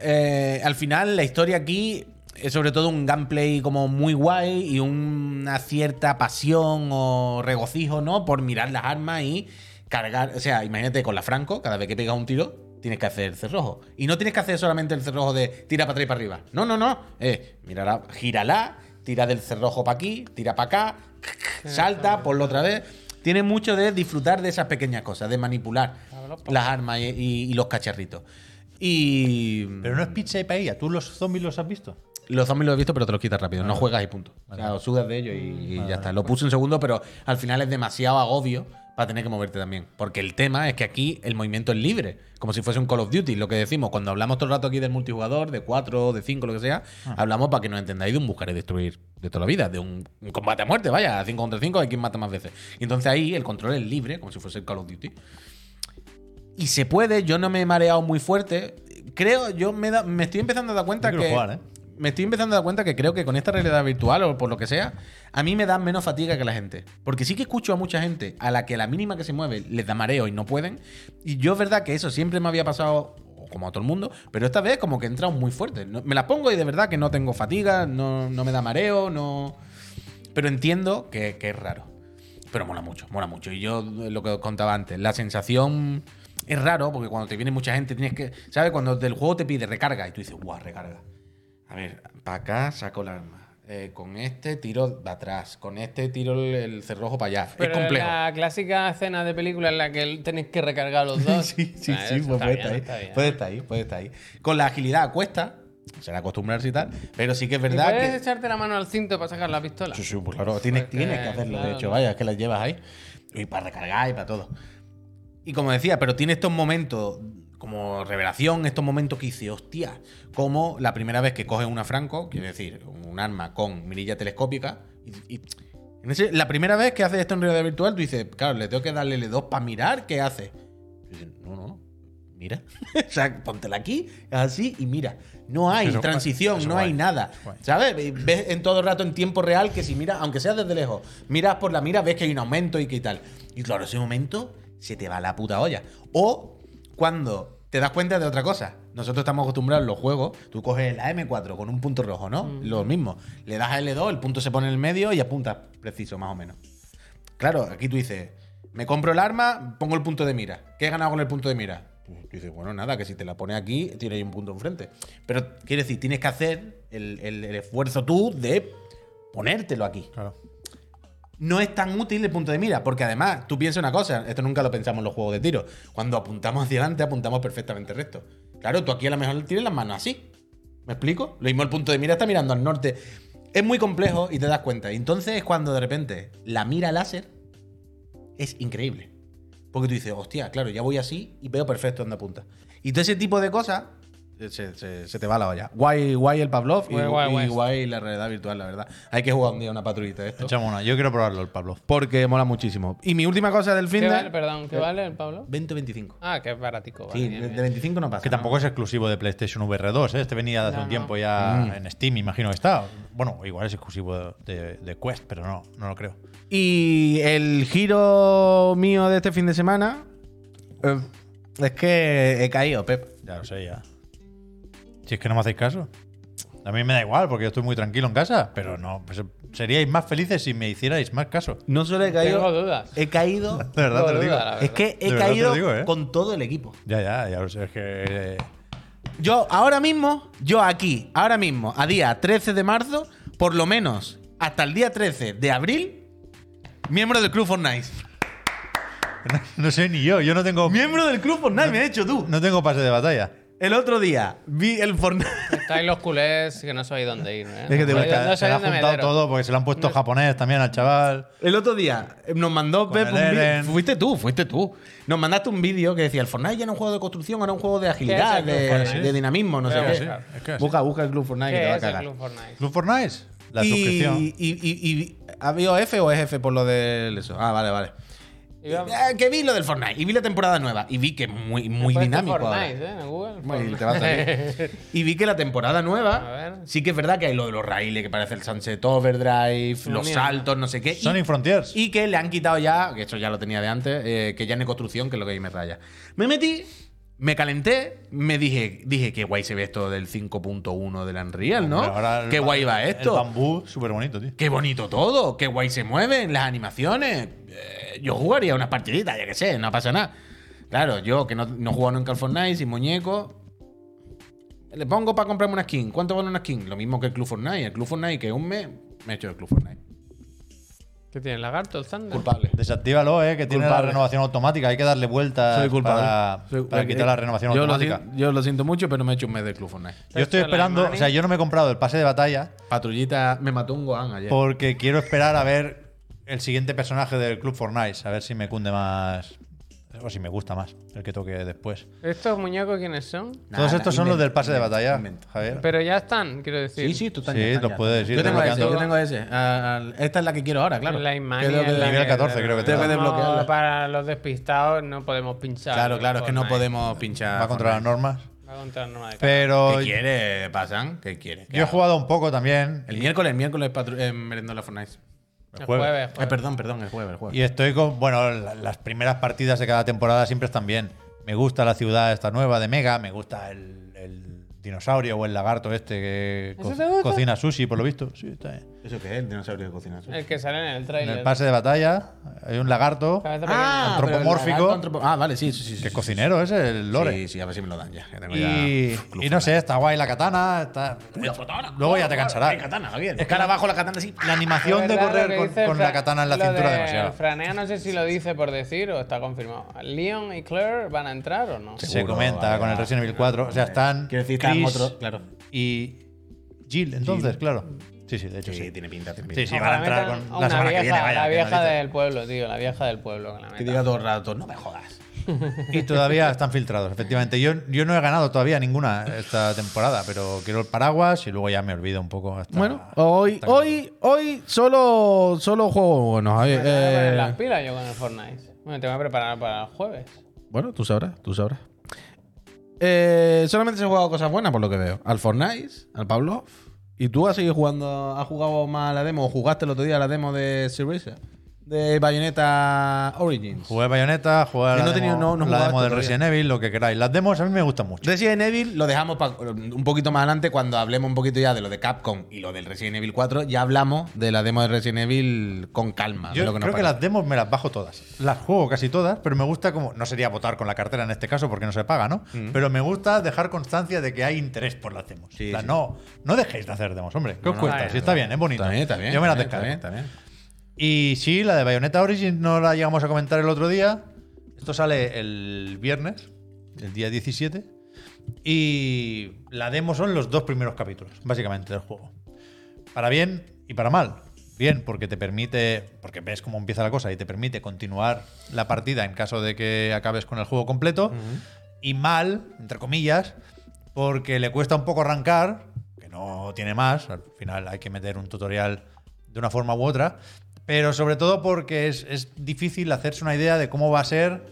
Speaker 1: Eh, al final, la historia aquí es sobre todo un gameplay como muy guay y una cierta pasión o regocijo, ¿no? Por mirar las armas y cargar. O sea, imagínate con la Franco, cada vez que pegas un tiro, tienes que hacer el cerrojo. Y no tienes que hacer solamente el cerrojo de tira para atrás y para arriba. No, no, no. Eh, mírala, gírala, tira del cerrojo para aquí, tira para acá, salta, ponlo otra vez. Tiene mucho de disfrutar de esas pequeñas cosas, de manipular las armas y, y- y los cacharritos. Y.
Speaker 3: Pero no es pizza y paella. ¿Tú los zombies los has visto?
Speaker 1: Los zombies los he visto, pero te los quitas rápido. No juegas y punto. Ah. pues. O sea, o sudas de ellos y, y ya está. Lo puse en segundo, pero al final es demasiado agobio para tener que moverte también. Porque el tema es que aquí el movimiento es libre. Como si fuese un Call of Duty. Lo que decimos, cuando hablamos todo el rato aquí del multijugador, de 4, de 5, lo que sea, hablamos para que nos entendáis de un buscar y destruir de toda la vida. De un, un combate a muerte, vaya. 5 contra 5, hay quien mata más veces. Y entonces ahí el control es libre, como si fuese el Call of Duty. Y se puede, yo no me he mareado muy fuerte. Creo, yo me, da- me estoy empezando a dar cuenta
Speaker 3: Yo quiero
Speaker 1: que.
Speaker 3: jugar, ¿eh?
Speaker 1: Me estoy empezando a dar cuenta que creo que con esta realidad virtual o por lo que sea, a mí me dan menos fatiga que la gente. Porque sí que escucho a mucha gente a la que la mínima que se mueve les da mareo y no pueden. Y yo es verdad que eso siempre me había pasado como a todo el mundo, pero esta vez como que he entrado muy fuerte. No- me las pongo y de verdad que no tengo fatiga, no, no me da mareo, no... Pero entiendo que, que es raro. Pero mola mucho, mola mucho. Y yo eh, lo que os contaba antes, la sensación es raro porque cuando te viene mucha gente tienes que. ¿Sabes? Cuando del juego te pide recarga y tú dices, guau, recarga. A ver, para acá saco el arma. Eh, con este tiro para atrás. Con este tiro el, el cerrojo para allá.
Speaker 2: Pero
Speaker 1: es complejo.
Speaker 2: La clásica escena de película en la que el- tenéis que recargar los dos.
Speaker 1: sí, sí,
Speaker 2: Ah,
Speaker 1: sí,
Speaker 2: eso
Speaker 1: pues
Speaker 2: está
Speaker 1: puede
Speaker 2: bien,
Speaker 1: estar ahí.
Speaker 2: está bien.
Speaker 1: Puede estar ahí, puede estar ahí. Con la agilidad cuesta, será acostumbrarse y tal. Pero sí que es
Speaker 2: ¿Y
Speaker 1: verdad
Speaker 2: puedes
Speaker 1: que.
Speaker 2: echarte la mano al cinto para sacar la pistola?
Speaker 1: Sí, sí, pues claro, tienes,
Speaker 2: Porque,
Speaker 1: tienes que hacerlo, de
Speaker 2: claro,
Speaker 1: hecho,
Speaker 2: ¿no?
Speaker 1: vaya, es que las llevas ahí. Y para recargar y para todo. Y como decía, pero tiene estos momentos como revelación, estos momentos que dice, hostia, como la primera vez que coges una Franco, quiero decir, un arma con mirilla telescópica, y, y- en ese- la primera vez que haces esto en realidad virtual, tú dices, claro, le tengo que darle L2 para mirar qué hace. Y dices, no, no, mira. o sea, póntela aquí, así y mira. No hay
Speaker 3: Eso guay,
Speaker 1: transición,
Speaker 3: eso
Speaker 1: no
Speaker 3: guay.
Speaker 1: hay nada.
Speaker 3: Guay.
Speaker 1: ¿Sabes? Y Ves en todo rato en tiempo real que si miras, aunque sea desde lejos, miras por la mira, ves que hay un aumento y que tal. Y claro, ese momento se te va la puta olla. O cuando te das cuenta de otra cosa. Nosotros estamos acostumbrados en los juegos, tú coges la M4 con un punto rojo, ¿no? Lo mismo. Le das a L2, el punto se pone en el medio y apuntas preciso, más o menos. Claro, aquí tú dices, me compro el arma, pongo el punto de mira. ¿Qué he ganado con el punto de mira? Pues Tú dices, bueno, nada, que si te la pones aquí, tienes ahí un punto enfrente. Pero quiere decir, tienes que hacer el, el- el esfuerzo tú de ponértelo aquí.
Speaker 3: Claro.
Speaker 1: No es tan útil el punto de mira, porque además, tú piensas una cosa, esto nunca lo pensamos en los juegos de tiro. Cuando apuntamos hacia adelante, apuntamos perfectamente recto. Claro, tú aquí a lo mejor tienes las manos así. ¿Me explico? Lo mismo el punto de mira está mirando al norte. Es muy complejo y te das cuenta. Y Entonces es cuando de repente la mira láser es increíble. Porque tú dices, hostia, claro, ya voy así y veo perfecto dónde apunta. Y todo ese tipo de cosas eh, se, se- se te va la olla. Guay, guay el Pavlov y,
Speaker 2: Guay, guay,
Speaker 1: y
Speaker 2: guay.
Speaker 1: guay la realidad virtual, la verdad. Hay que jugar un día una patrullita de esto.
Speaker 3: Echamos una. Yo quiero probarlo, el Pablo.
Speaker 1: Porque mola muchísimo. Y mi última cosa del fin
Speaker 2: ¿Qué
Speaker 1: de.
Speaker 2: vale? Perdón, ¿qué vale el Pablo?
Speaker 1: 20 25.
Speaker 2: Ah, que es baratico. vale,
Speaker 1: Eh, sí,
Speaker 2: bien,
Speaker 1: de,
Speaker 2: bien.
Speaker 1: de 25 no pasa.
Speaker 3: Que tampoco es exclusivo de PlayStation VR 2, ¿eh? Este venía de hace
Speaker 2: No,
Speaker 3: un
Speaker 2: no.
Speaker 3: tiempo ya en Steam, imagino que está. Bueno, igual es exclusivo de, de Quest, pero no, no lo creo.
Speaker 1: Y el giro mío de este fin de semana. eh, es que he caído, Pep.
Speaker 3: Ya lo sé, ya. Si es que no me hacéis caso. A mí me da igual, porque yo estoy muy tranquilo en casa, pero no, pues, seríais más felices si me hicierais más caso.
Speaker 1: No solo he caído.
Speaker 2: Tengo dudas.
Speaker 1: He caído.
Speaker 3: De verdad te lo
Speaker 2: Boluda,
Speaker 3: digo.
Speaker 2: la verdad.
Speaker 1: es que
Speaker 3: De
Speaker 1: he
Speaker 3: verdad te lo
Speaker 1: caído
Speaker 3: digo, ¿eh?
Speaker 1: con todo el equipo.
Speaker 3: Ya, ya, ya lo sé, es que... eh,
Speaker 1: Yo ahora mismo, yo aquí, ahora mismo, a día 13 de marzo, por lo menos hasta el día 13 de abril, miembro del Club Fortnite.
Speaker 3: no sé ni yo, yo no tengo...
Speaker 1: Miembro del Club Fortnite me he hecho tú.
Speaker 3: No tengo pase de batalla.
Speaker 1: El otro día vi el Fortnite.
Speaker 2: Estáis los culés que no sabéis dónde ir. ¿eh?
Speaker 3: Es que te
Speaker 2: No
Speaker 3: gusta,
Speaker 2: sabéis- no
Speaker 3: se le ha
Speaker 2: sabéis dónde
Speaker 3: juntado
Speaker 2: meteros.
Speaker 3: todo porque se le han puesto japonés también al chaval.
Speaker 1: El otro día eh, nos mandó
Speaker 3: Con
Speaker 1: Pep
Speaker 3: el
Speaker 1: un vídeo.
Speaker 3: Eren.
Speaker 1: Fuiste tú, fuiste tú. Nos mandaste un vídeo que decía: el Fortnite ya no es un juego de construcción, ahora es un juego de agilidad,
Speaker 2: es el
Speaker 1: de,
Speaker 2: Club Fortnite?
Speaker 1: de dinamismo, no sé
Speaker 2: Pero
Speaker 1: qué.
Speaker 2: es que
Speaker 3: sí, es que sí.
Speaker 1: busca, busca el Club Fortnite que te
Speaker 2: ¿Qué
Speaker 1: va a
Speaker 2: es el
Speaker 1: cagar.
Speaker 2: Club Fortnite?
Speaker 3: Club Fortnite, la
Speaker 1: y,
Speaker 3: suscripción.
Speaker 1: Y, y- y- ¿Había F o es F por lo del eso? Ah, vale, vale.
Speaker 2: Y vamos-
Speaker 1: Eh, que vi lo del Fortnite y vi la temporada nueva y vi que es muy, muy
Speaker 2: He puesto
Speaker 1: dinámico. ahora.
Speaker 2: Fortnite, ¿eh? En Google.
Speaker 1: Bueno, y te va a salir. y vi que la temporada
Speaker 2: A
Speaker 1: nueva
Speaker 2: ver.
Speaker 1: sí que es verdad que hay lo de los raíles que parece el Sunset Overdrive,
Speaker 2: Una
Speaker 1: los
Speaker 2: mierda.
Speaker 1: saltos, no sé qué. y-
Speaker 3: Sonic Frontiers.
Speaker 1: y que le han quitado ya, que esto ya lo tenía de antes, eh, que ya no hay construcción, que es lo que ahí me raya. Me metí, me calenté, me dije, dije que guay se ve esto del 5.1 del Unreal, ¿no?
Speaker 3: Hombre, ahora el
Speaker 1: Qué
Speaker 3: ba-
Speaker 1: guay va esto.
Speaker 3: El bambú, súper bonito, tío.
Speaker 1: Qué bonito todo, qué guay se mueven las animaciones. Eh, yo jugaría unas partiditas, ya que sé, no pasa nada. Claro, yo que no, no juego nunca al Fortnite, sin muñeco. Le pongo para comprarme una skin. ¿Cuánto vale una skin? Lo mismo que el Club Fortnite. El Club Fortnite, que un mes me he hecho el Club Fortnite.
Speaker 2: ¿Qué tiene? ¿Lagarto? ¿El Thunder?
Speaker 1: Culpable.
Speaker 3: Desactívalo, eh, que tiene la
Speaker 1: Culpable.
Speaker 3: renovación automática. Hay que darle vueltas
Speaker 1: Soy culpable.
Speaker 3: para,
Speaker 1: Soy-
Speaker 3: para quitar la renovación
Speaker 1: yo lo
Speaker 3: automática.
Speaker 1: sien- yo lo siento mucho, pero me he hecho un mes del Club Fortnite.
Speaker 3: Yo
Speaker 2: Te
Speaker 3: estoy
Speaker 2: has hecho la
Speaker 3: esperando,
Speaker 2: Imani.
Speaker 3: o sea, yo no me he comprado el pase de batalla
Speaker 1: Patrullita me mató un Gohan ayer.
Speaker 3: porque quiero esperar a ver el siguiente personaje del Club Fortnite, a ver si me cunde más o si me gusta más el que toque después.
Speaker 2: ¿Estos muñecos quiénes son?
Speaker 1: Nah,
Speaker 3: Todos
Speaker 1: nah,
Speaker 3: estos son los
Speaker 1: invento,
Speaker 3: del pase de
Speaker 1: invento,
Speaker 3: batalla,
Speaker 1: invento.
Speaker 3: Javier.
Speaker 2: Pero ya están, quiero decir.
Speaker 1: Sí, sí, tú
Speaker 3: Sí,
Speaker 1: ya,
Speaker 3: lo
Speaker 1: ya,
Speaker 3: puedes
Speaker 1: ya.
Speaker 3: ir
Speaker 1: Yo tengo ese,
Speaker 3: desbloqueando.
Speaker 1: yo tengo ese. Ah, ah, esta es la que quiero ahora, claro.
Speaker 2: La Imani
Speaker 1: Creo que-
Speaker 2: es la
Speaker 3: Nivel
Speaker 2: que-
Speaker 3: 14 creo que
Speaker 1: Tengo que
Speaker 2: no,
Speaker 1: desbloquearla.
Speaker 2: Para los despistados no podemos pinchar.
Speaker 1: Claro, claro, es que no
Speaker 2: Fortnite.
Speaker 1: podemos pinchar.
Speaker 3: Va contra las normas.
Speaker 2: Va a contar norma de
Speaker 3: Pero
Speaker 1: ¿Qué quiere, Pasan? ¿Qué quiere?
Speaker 3: yo he jugado un poco también.
Speaker 1: El miércoles, el miércoles patru- eh, merendó la Fortnite.
Speaker 2: El
Speaker 3: jueves.
Speaker 2: jueves.
Speaker 1: Eh, perdón, perdón, el jueves, el jueves.
Speaker 3: Y estoy con. Bueno, la- las primeras partidas de cada temporada siempre están bien. Me gusta la ciudad esta nueva de Mega, me gusta el, el dinosaurio o el lagarto este que
Speaker 2: ¿Eso
Speaker 3: co-
Speaker 2: te gusta?
Speaker 3: cocina sushi, por lo visto. Sí, está bien.
Speaker 1: ¿Eso qué es? El dinosaurio de cocina.
Speaker 2: El que sale en el
Speaker 3: En
Speaker 2: trailer.
Speaker 3: el pase de batalla hay un lagarto.
Speaker 2: Cabeza
Speaker 1: Ah,
Speaker 3: pequeña.
Speaker 1: pero el
Speaker 3: antropomórfico.
Speaker 1: lagarto antropo- Ah, vale, sí, sí, sí.
Speaker 3: Que
Speaker 1: sí,
Speaker 3: es
Speaker 1: sí,
Speaker 3: cocinero, ese, el
Speaker 1: sí.
Speaker 3: lore.
Speaker 1: Sí, sí, a ver si me lo dan ya. que tengo
Speaker 3: Y,
Speaker 1: ya-
Speaker 3: y no sé, está guay la katana. Está, luego ya te cansarás.
Speaker 1: Hay katana, Javier. Es cara abajo la katana así.
Speaker 3: La
Speaker 2: Es
Speaker 3: animación de
Speaker 2: verdad,
Speaker 3: correr
Speaker 2: lo que
Speaker 3: con,
Speaker 2: dice
Speaker 3: con la
Speaker 2: Fra-
Speaker 3: katana en la
Speaker 2: lo
Speaker 3: cintura
Speaker 2: de
Speaker 3: demasiado.
Speaker 2: Franea no sé si lo dice por decir o está confirmado. ¿Leon y Claire van a entrar o no?
Speaker 3: se comenta con el Resident Evil 4. O sea, están.
Speaker 1: Quiero decir, están
Speaker 3: Chris
Speaker 1: otros. Claro.
Speaker 3: Y Jill, entonces, claro. Sí, sí, de hecho
Speaker 1: Sí,
Speaker 3: sí.
Speaker 1: tiene pinta. Tiene pinta.
Speaker 3: Sí, sí, van a
Speaker 2: Ojalá
Speaker 3: entrar
Speaker 2: metan
Speaker 3: con
Speaker 2: a
Speaker 3: la
Speaker 2: una
Speaker 3: semana
Speaker 2: vieja,
Speaker 3: que viene. vaya,
Speaker 2: la
Speaker 3: que
Speaker 2: vieja
Speaker 3: maldita.
Speaker 2: del pueblo, tío. La vieja del pueblo que la
Speaker 1: Que
Speaker 2: metan.
Speaker 1: diga todo el rato, no me jodas.
Speaker 3: Y todavía están filtrados, efectivamente. Yo, yo no he ganado todavía ninguna esta temporada, pero quiero el paraguas y luego ya me olvido un poco. Hasta,
Speaker 1: Bueno, hoy,
Speaker 3: hasta que-
Speaker 1: hoy, hoy solo, solo juego bueno. Javier.
Speaker 2: Me voy a poner
Speaker 1: Eh,
Speaker 2: las pilas yo con el Fortnite. Bueno, te voy a preparar para el jueves.
Speaker 1: Bueno, tú sabrás, tú sabrás. Eh, solamente se han jugado cosas buenas por lo que veo. Al Fortnite, al Pavlov. ¿Y tú has seguido jugando, has jugado más a la demo o jugaste el otro día a la demo de Syriza? De Bayonetta Origins.
Speaker 3: Jugué Bayonetta, jugué a
Speaker 1: Yo
Speaker 3: la
Speaker 1: no he
Speaker 3: demo,
Speaker 1: tenido- no- no he
Speaker 3: la
Speaker 1: jugado
Speaker 3: demo
Speaker 1: esto
Speaker 3: del
Speaker 1: todavía.
Speaker 3: Resident Evil, lo que queráis. Las demos a mí me gustan mucho.
Speaker 1: Resident Evil lo dejamos pa- un poquito más adelante cuando hablemos un poquito ya de lo de Capcom y lo del Resident Evil 4. Ya hablamos de la demo de Resident Evil con calma. de
Speaker 3: Yo
Speaker 1: lo que nos
Speaker 3: creo que
Speaker 1: parece.
Speaker 3: las demos me las bajo todas. Las juego casi todas, pero me gusta como. No sería votar con la cartera en este caso porque no se paga, ¿no? Pero me gusta dejar constancia de que hay interés por las demos.
Speaker 1: Mm. Sí,
Speaker 3: O sea,
Speaker 1: sí.
Speaker 3: No, no dejéis de hacer demos, hombre. ¿Qué
Speaker 1: No,
Speaker 3: os
Speaker 1: no,
Speaker 3: cuesta?
Speaker 2: vale,
Speaker 3: Sí, está bien, es bonito.
Speaker 1: Está bien, está bien.
Speaker 3: Yo me las
Speaker 1: está
Speaker 3: descargo.
Speaker 1: bien, está bien, está bien.
Speaker 3: Y sí, la de Bayonetta Origins no la llegamos a comentar el otro día. Esto sale el viernes, el día 17. Y la demo son los dos primeros capítulos, básicamente, del juego. Para bien y para mal. Bien, porque te permite, porque ves cómo empieza la cosa y te permite continuar la partida en caso de que acabes con el juego completo. Y mal, entre comillas, porque le cuesta un poco arrancar, que no tiene más, al final hay que meter un tutorial de una forma u otra, pero sobre todo porque es, es difícil hacerse una idea de cómo va a ser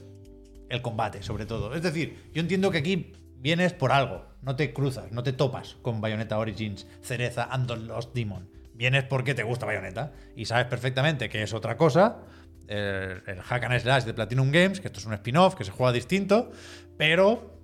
Speaker 3: el combate, sobre todo. Es decir, yo entiendo que aquí vienes por algo, no te cruzas, no te topas con Bayonetta Origins, Cereza, and the Lost Demon. Vienes porque te gusta Bayonetta y sabes perfectamente que es otra cosa. El, el hack and slash de Platinum Games, que esto es un spin-off, que se juega distinto, pero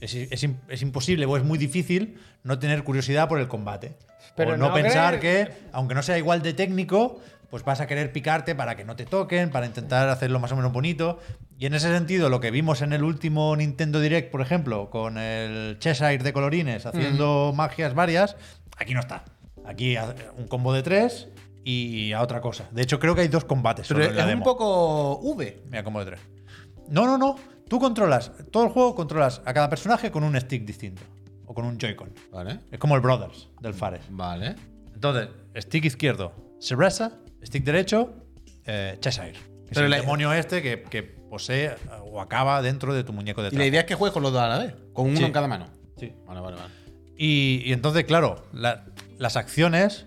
Speaker 3: es, es im- es imposible o es muy difícil no tener curiosidad por el combate.
Speaker 2: Pero
Speaker 3: o no,
Speaker 2: no
Speaker 3: pensar
Speaker 2: creer-
Speaker 3: que, aunque no sea igual de técnico, pues vas a querer picarte para que no te toquen, para intentar hacerlo más o menos bonito. Y en ese sentido, lo que vimos en el último Nintendo Direct, por ejemplo, con el Cheshire de colorines haciendo magias varias, aquí no está. Aquí ha- un combo de tres y a otra cosa. De hecho, creo que hay dos combates.
Speaker 1: Pero
Speaker 3: solo en la
Speaker 1: es un
Speaker 3: demo.
Speaker 1: poco V.
Speaker 3: Mira, combo de tres. No, no, no. Tú controlas, todo el juego controlas a cada personaje con un stick distinto o con un Joy-Con.
Speaker 1: Vale.
Speaker 3: Es como el Brothers del Fares.
Speaker 1: Vale.
Speaker 3: Entonces, stick izquierdo, Cereza, stick derecho, eh, Cheshire. que es
Speaker 1: Pero
Speaker 3: el
Speaker 1: la-
Speaker 3: demonio este que, que posee eh, o acaba dentro de tu muñeco de
Speaker 1: Y la
Speaker 3: trapo.
Speaker 1: idea es que juegues con los dos a la vez, con uno
Speaker 3: Sí.
Speaker 1: en cada mano.
Speaker 3: Sí.
Speaker 1: Vale, vale, vale.
Speaker 3: Y, y entonces, claro, la- las acciones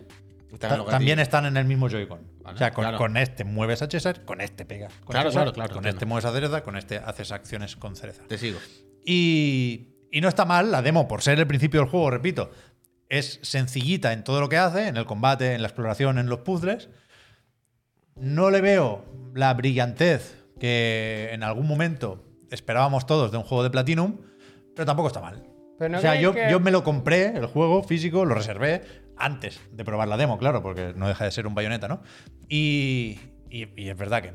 Speaker 1: Está
Speaker 3: ta-
Speaker 1: lo que
Speaker 3: también
Speaker 1: digo.
Speaker 3: están en el mismo Joy-Con.
Speaker 1: Vale,
Speaker 3: o sea, con,
Speaker 1: claro.
Speaker 3: con este mueves a Cheshire, con este pegas. Con
Speaker 1: Claro,
Speaker 3: Cheshire,
Speaker 1: claro, claro,
Speaker 3: Con
Speaker 1: entiendo.
Speaker 3: este mueves a Cereza, con este haces acciones con Cereza.
Speaker 1: Te sigo.
Speaker 3: Y, y no está mal la demo, por ser el principio del juego, repito. Es sencillita en todo lo que hace, en el combate, en la exploración, en los puzzles. No le veo la brillantez que en algún momento esperábamos todos de un juego de Platinum, pero tampoco está mal.
Speaker 2: Pero no
Speaker 3: o sea,
Speaker 2: creéis
Speaker 3: yo,
Speaker 2: que-
Speaker 3: yo me lo compré, el juego físico, lo reservé antes de probar la demo, claro, porque no deja de ser un bayoneta, ¿no? Y, y- y es verdad que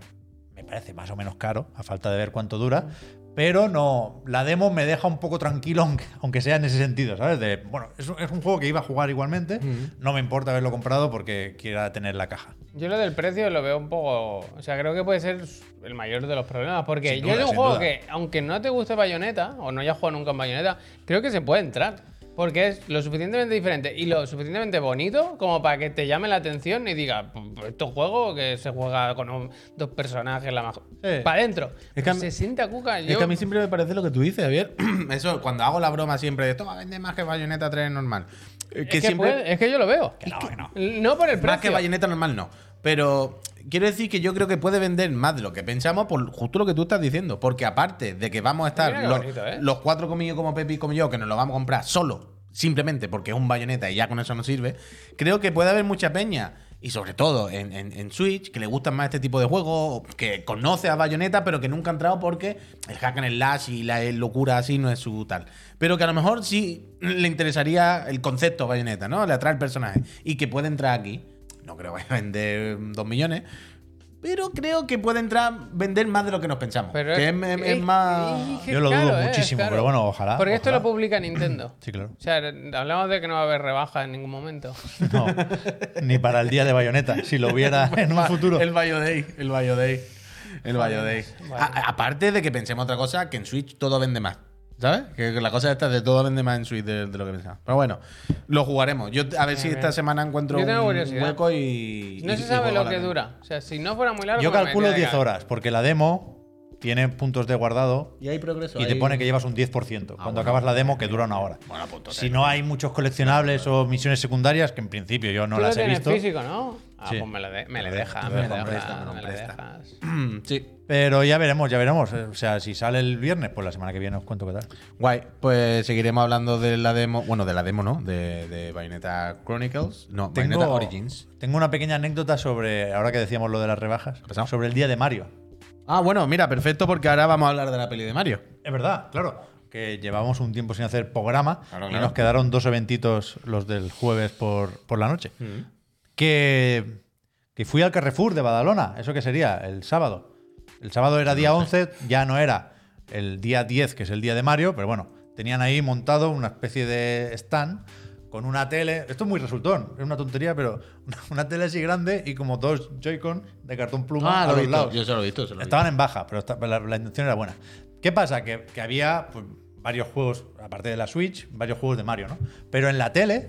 Speaker 3: me parece más o menos caro, a falta de ver cuánto dura, Pero no, la demo me deja un poco tranquilo, aunque, aunque sea en ese sentido, ¿sabes? De, bueno, es, un- es un juego que iba a jugar igualmente, no me importa haberlo comprado porque quiera tener la caja.
Speaker 2: Yo lo del precio lo veo un poco. O sea, creo que puede ser el mayor de los problemas. Porque
Speaker 3: Sin
Speaker 2: yo
Speaker 3: duda,
Speaker 2: es un
Speaker 3: sin
Speaker 2: juego
Speaker 3: duda.
Speaker 2: que, aunque no te guste Bayonetta, o no hayas jugado nunca en Bayonetta, creo que se puede entrar. Porque es lo suficientemente diferente y lo suficientemente bonito como para que te llame la atención y diga, "Pues, esto es juego que se juega con un- dos personajes, la mejor.
Speaker 3: Sí.
Speaker 2: Para adentro.
Speaker 1: Es que a mí-
Speaker 2: se siente a cuca.
Speaker 1: Es
Speaker 2: yo-
Speaker 1: que a mí siempre me parece lo que tú dices, Javier. Eso, cuando hago la broma siempre de esto va a vender más que Bayonetta 3 normal. Eh,
Speaker 2: es que puede- es que yo lo veo.
Speaker 3: no, que no.
Speaker 2: No por el precio.
Speaker 1: Más que bayoneta normal, no. Pero quiero decir que yo creo que puede vender más de lo que pensamos por justo lo que tú estás diciendo. Porque aparte de que vamos a estar
Speaker 2: Mira qué
Speaker 1: los,
Speaker 2: bonito, ¿eh?
Speaker 1: los cuatro comillos como Pepi y como yo, que nos lo vamos a comprar solo, simplemente porque es un bayoneta y ya con eso no sirve, creo que puede haber mucha peña. Y sobre todo en, en- en Switch, que le gustan más este tipo de juegos, o que conoce a Bayonetta, pero que nunca ha entrado porque el hack and slash y la locura así no es su tal. Pero que a lo mejor sí le interesaría el concepto Bayonetta, ¿no? Le atrae el personaje. Y que puede entrar aquí. No creo que vaya a vender dos millones. Pero creo que puede entrar vender más de lo que nos pensamos.
Speaker 2: Pero
Speaker 1: que
Speaker 2: es-
Speaker 1: es, es-
Speaker 2: es-
Speaker 1: es más.
Speaker 2: es que
Speaker 3: Yo lo dudo
Speaker 2: eh,
Speaker 3: muchísimo,
Speaker 2: es caro.
Speaker 3: pero bueno, ojalá,
Speaker 2: Porque esto lo
Speaker 3: ojalá.
Speaker 2: publica Nintendo.
Speaker 3: Sí, claro.
Speaker 2: O sea, hablamos de que no va a haber rebaja en ningún momento.
Speaker 3: No, ni para el día de Bayonetta, si lo hubiera en un futuro.
Speaker 1: El Bayo Day. El Bayo Day. El Bayo Day.
Speaker 2: Vale.
Speaker 1: A- aparte de que pensemos otra cosa, que en Switch todo vende más. ¿Sabes? Que la cosa esta de todo vende más en Switch de, de lo que pensaba. Pero bueno, lo jugaremos. Yo a ver si
Speaker 2: bien.
Speaker 1: esta semana encuentro
Speaker 2: Yo tengo
Speaker 1: un
Speaker 2: curiosidad.
Speaker 1: hueco y.
Speaker 2: No
Speaker 1: y-
Speaker 2: se
Speaker 1: y
Speaker 2: sabe
Speaker 1: juego a
Speaker 2: lo
Speaker 1: la
Speaker 2: que
Speaker 1: demo.
Speaker 2: dura. O sea, si no fuera muy largo.
Speaker 3: Yo
Speaker 2: me
Speaker 3: calculo
Speaker 2: metía de
Speaker 3: 10
Speaker 2: cara.
Speaker 3: horas, porque la demo tiene puntos de guardado
Speaker 1: Y hay progreso.
Speaker 3: y te
Speaker 1: hay-
Speaker 3: pone que llevas un 10%.
Speaker 1: Ah,
Speaker 3: Cuando acabas la demo, que dura una hora.
Speaker 1: Bueno, pues, entonces,
Speaker 2: eh.
Speaker 3: Si no hay muchos coleccionables o misiones secundarias, que en principio yo no
Speaker 2: Tú
Speaker 3: las
Speaker 2: lo
Speaker 3: he
Speaker 2: tienes
Speaker 3: visto,
Speaker 2: físico, ¿no? Ah,
Speaker 3: Sí.
Speaker 2: pues me lo, de- me
Speaker 3: Me
Speaker 2: lo
Speaker 3: lo
Speaker 2: deja,
Speaker 3: deja,
Speaker 2: me
Speaker 3: me
Speaker 2: lo
Speaker 3: lo
Speaker 2: deja,
Speaker 1: presta, me
Speaker 2: me
Speaker 1: lo
Speaker 2: lo
Speaker 1: presta.
Speaker 2: dejas.
Speaker 1: Sí.
Speaker 3: pero ya veremos, ya veremos. O sea, si sale el viernes, pues la semana que viene os cuento qué tal.
Speaker 1: Guay, pues seguiremos hablando de la demo. Bueno, de la demo, ¿no? De, de Bayonetta Chronicles. No, Bayonetta Origins.
Speaker 3: tengo una pequeña anécdota sobre, ahora que decíamos lo de las rebajas,
Speaker 1: Empezamos.
Speaker 3: sobre el día de Mario.
Speaker 1: Ah, bueno, mira, perfecto, porque ahora vamos a hablar de la peli de Mario.
Speaker 3: Es verdad, claro. Que llevamos un tiempo sin hacer programa
Speaker 1: Claro,
Speaker 3: y
Speaker 1: claro.
Speaker 3: nos quedaron dos eventitos los del jueves por, por la noche.
Speaker 1: Mm.
Speaker 3: Que, que fui al Carrefour de Badalona, eso que sería el sábado. El sábado era día 11, ya no era el día 10, que es el día de Mario, pero bueno, tenían ahí montado una especie de stand con una tele. Esto es muy resultón, es una tontería, pero una, una tele así grande y como dos Joy-Con Ah, de cartón pluma a
Speaker 1: he
Speaker 3: los
Speaker 1: visto.
Speaker 3: lados.
Speaker 1: Yo se Ah, lo he visto, se lo he
Speaker 3: Estaban en baja, pero esta- la, la intención era buena. ¿Qué pasa? Que, que había pues, varios juegos, aparte de la Switch, varios juegos de Mario, ¿no? Pero en la tele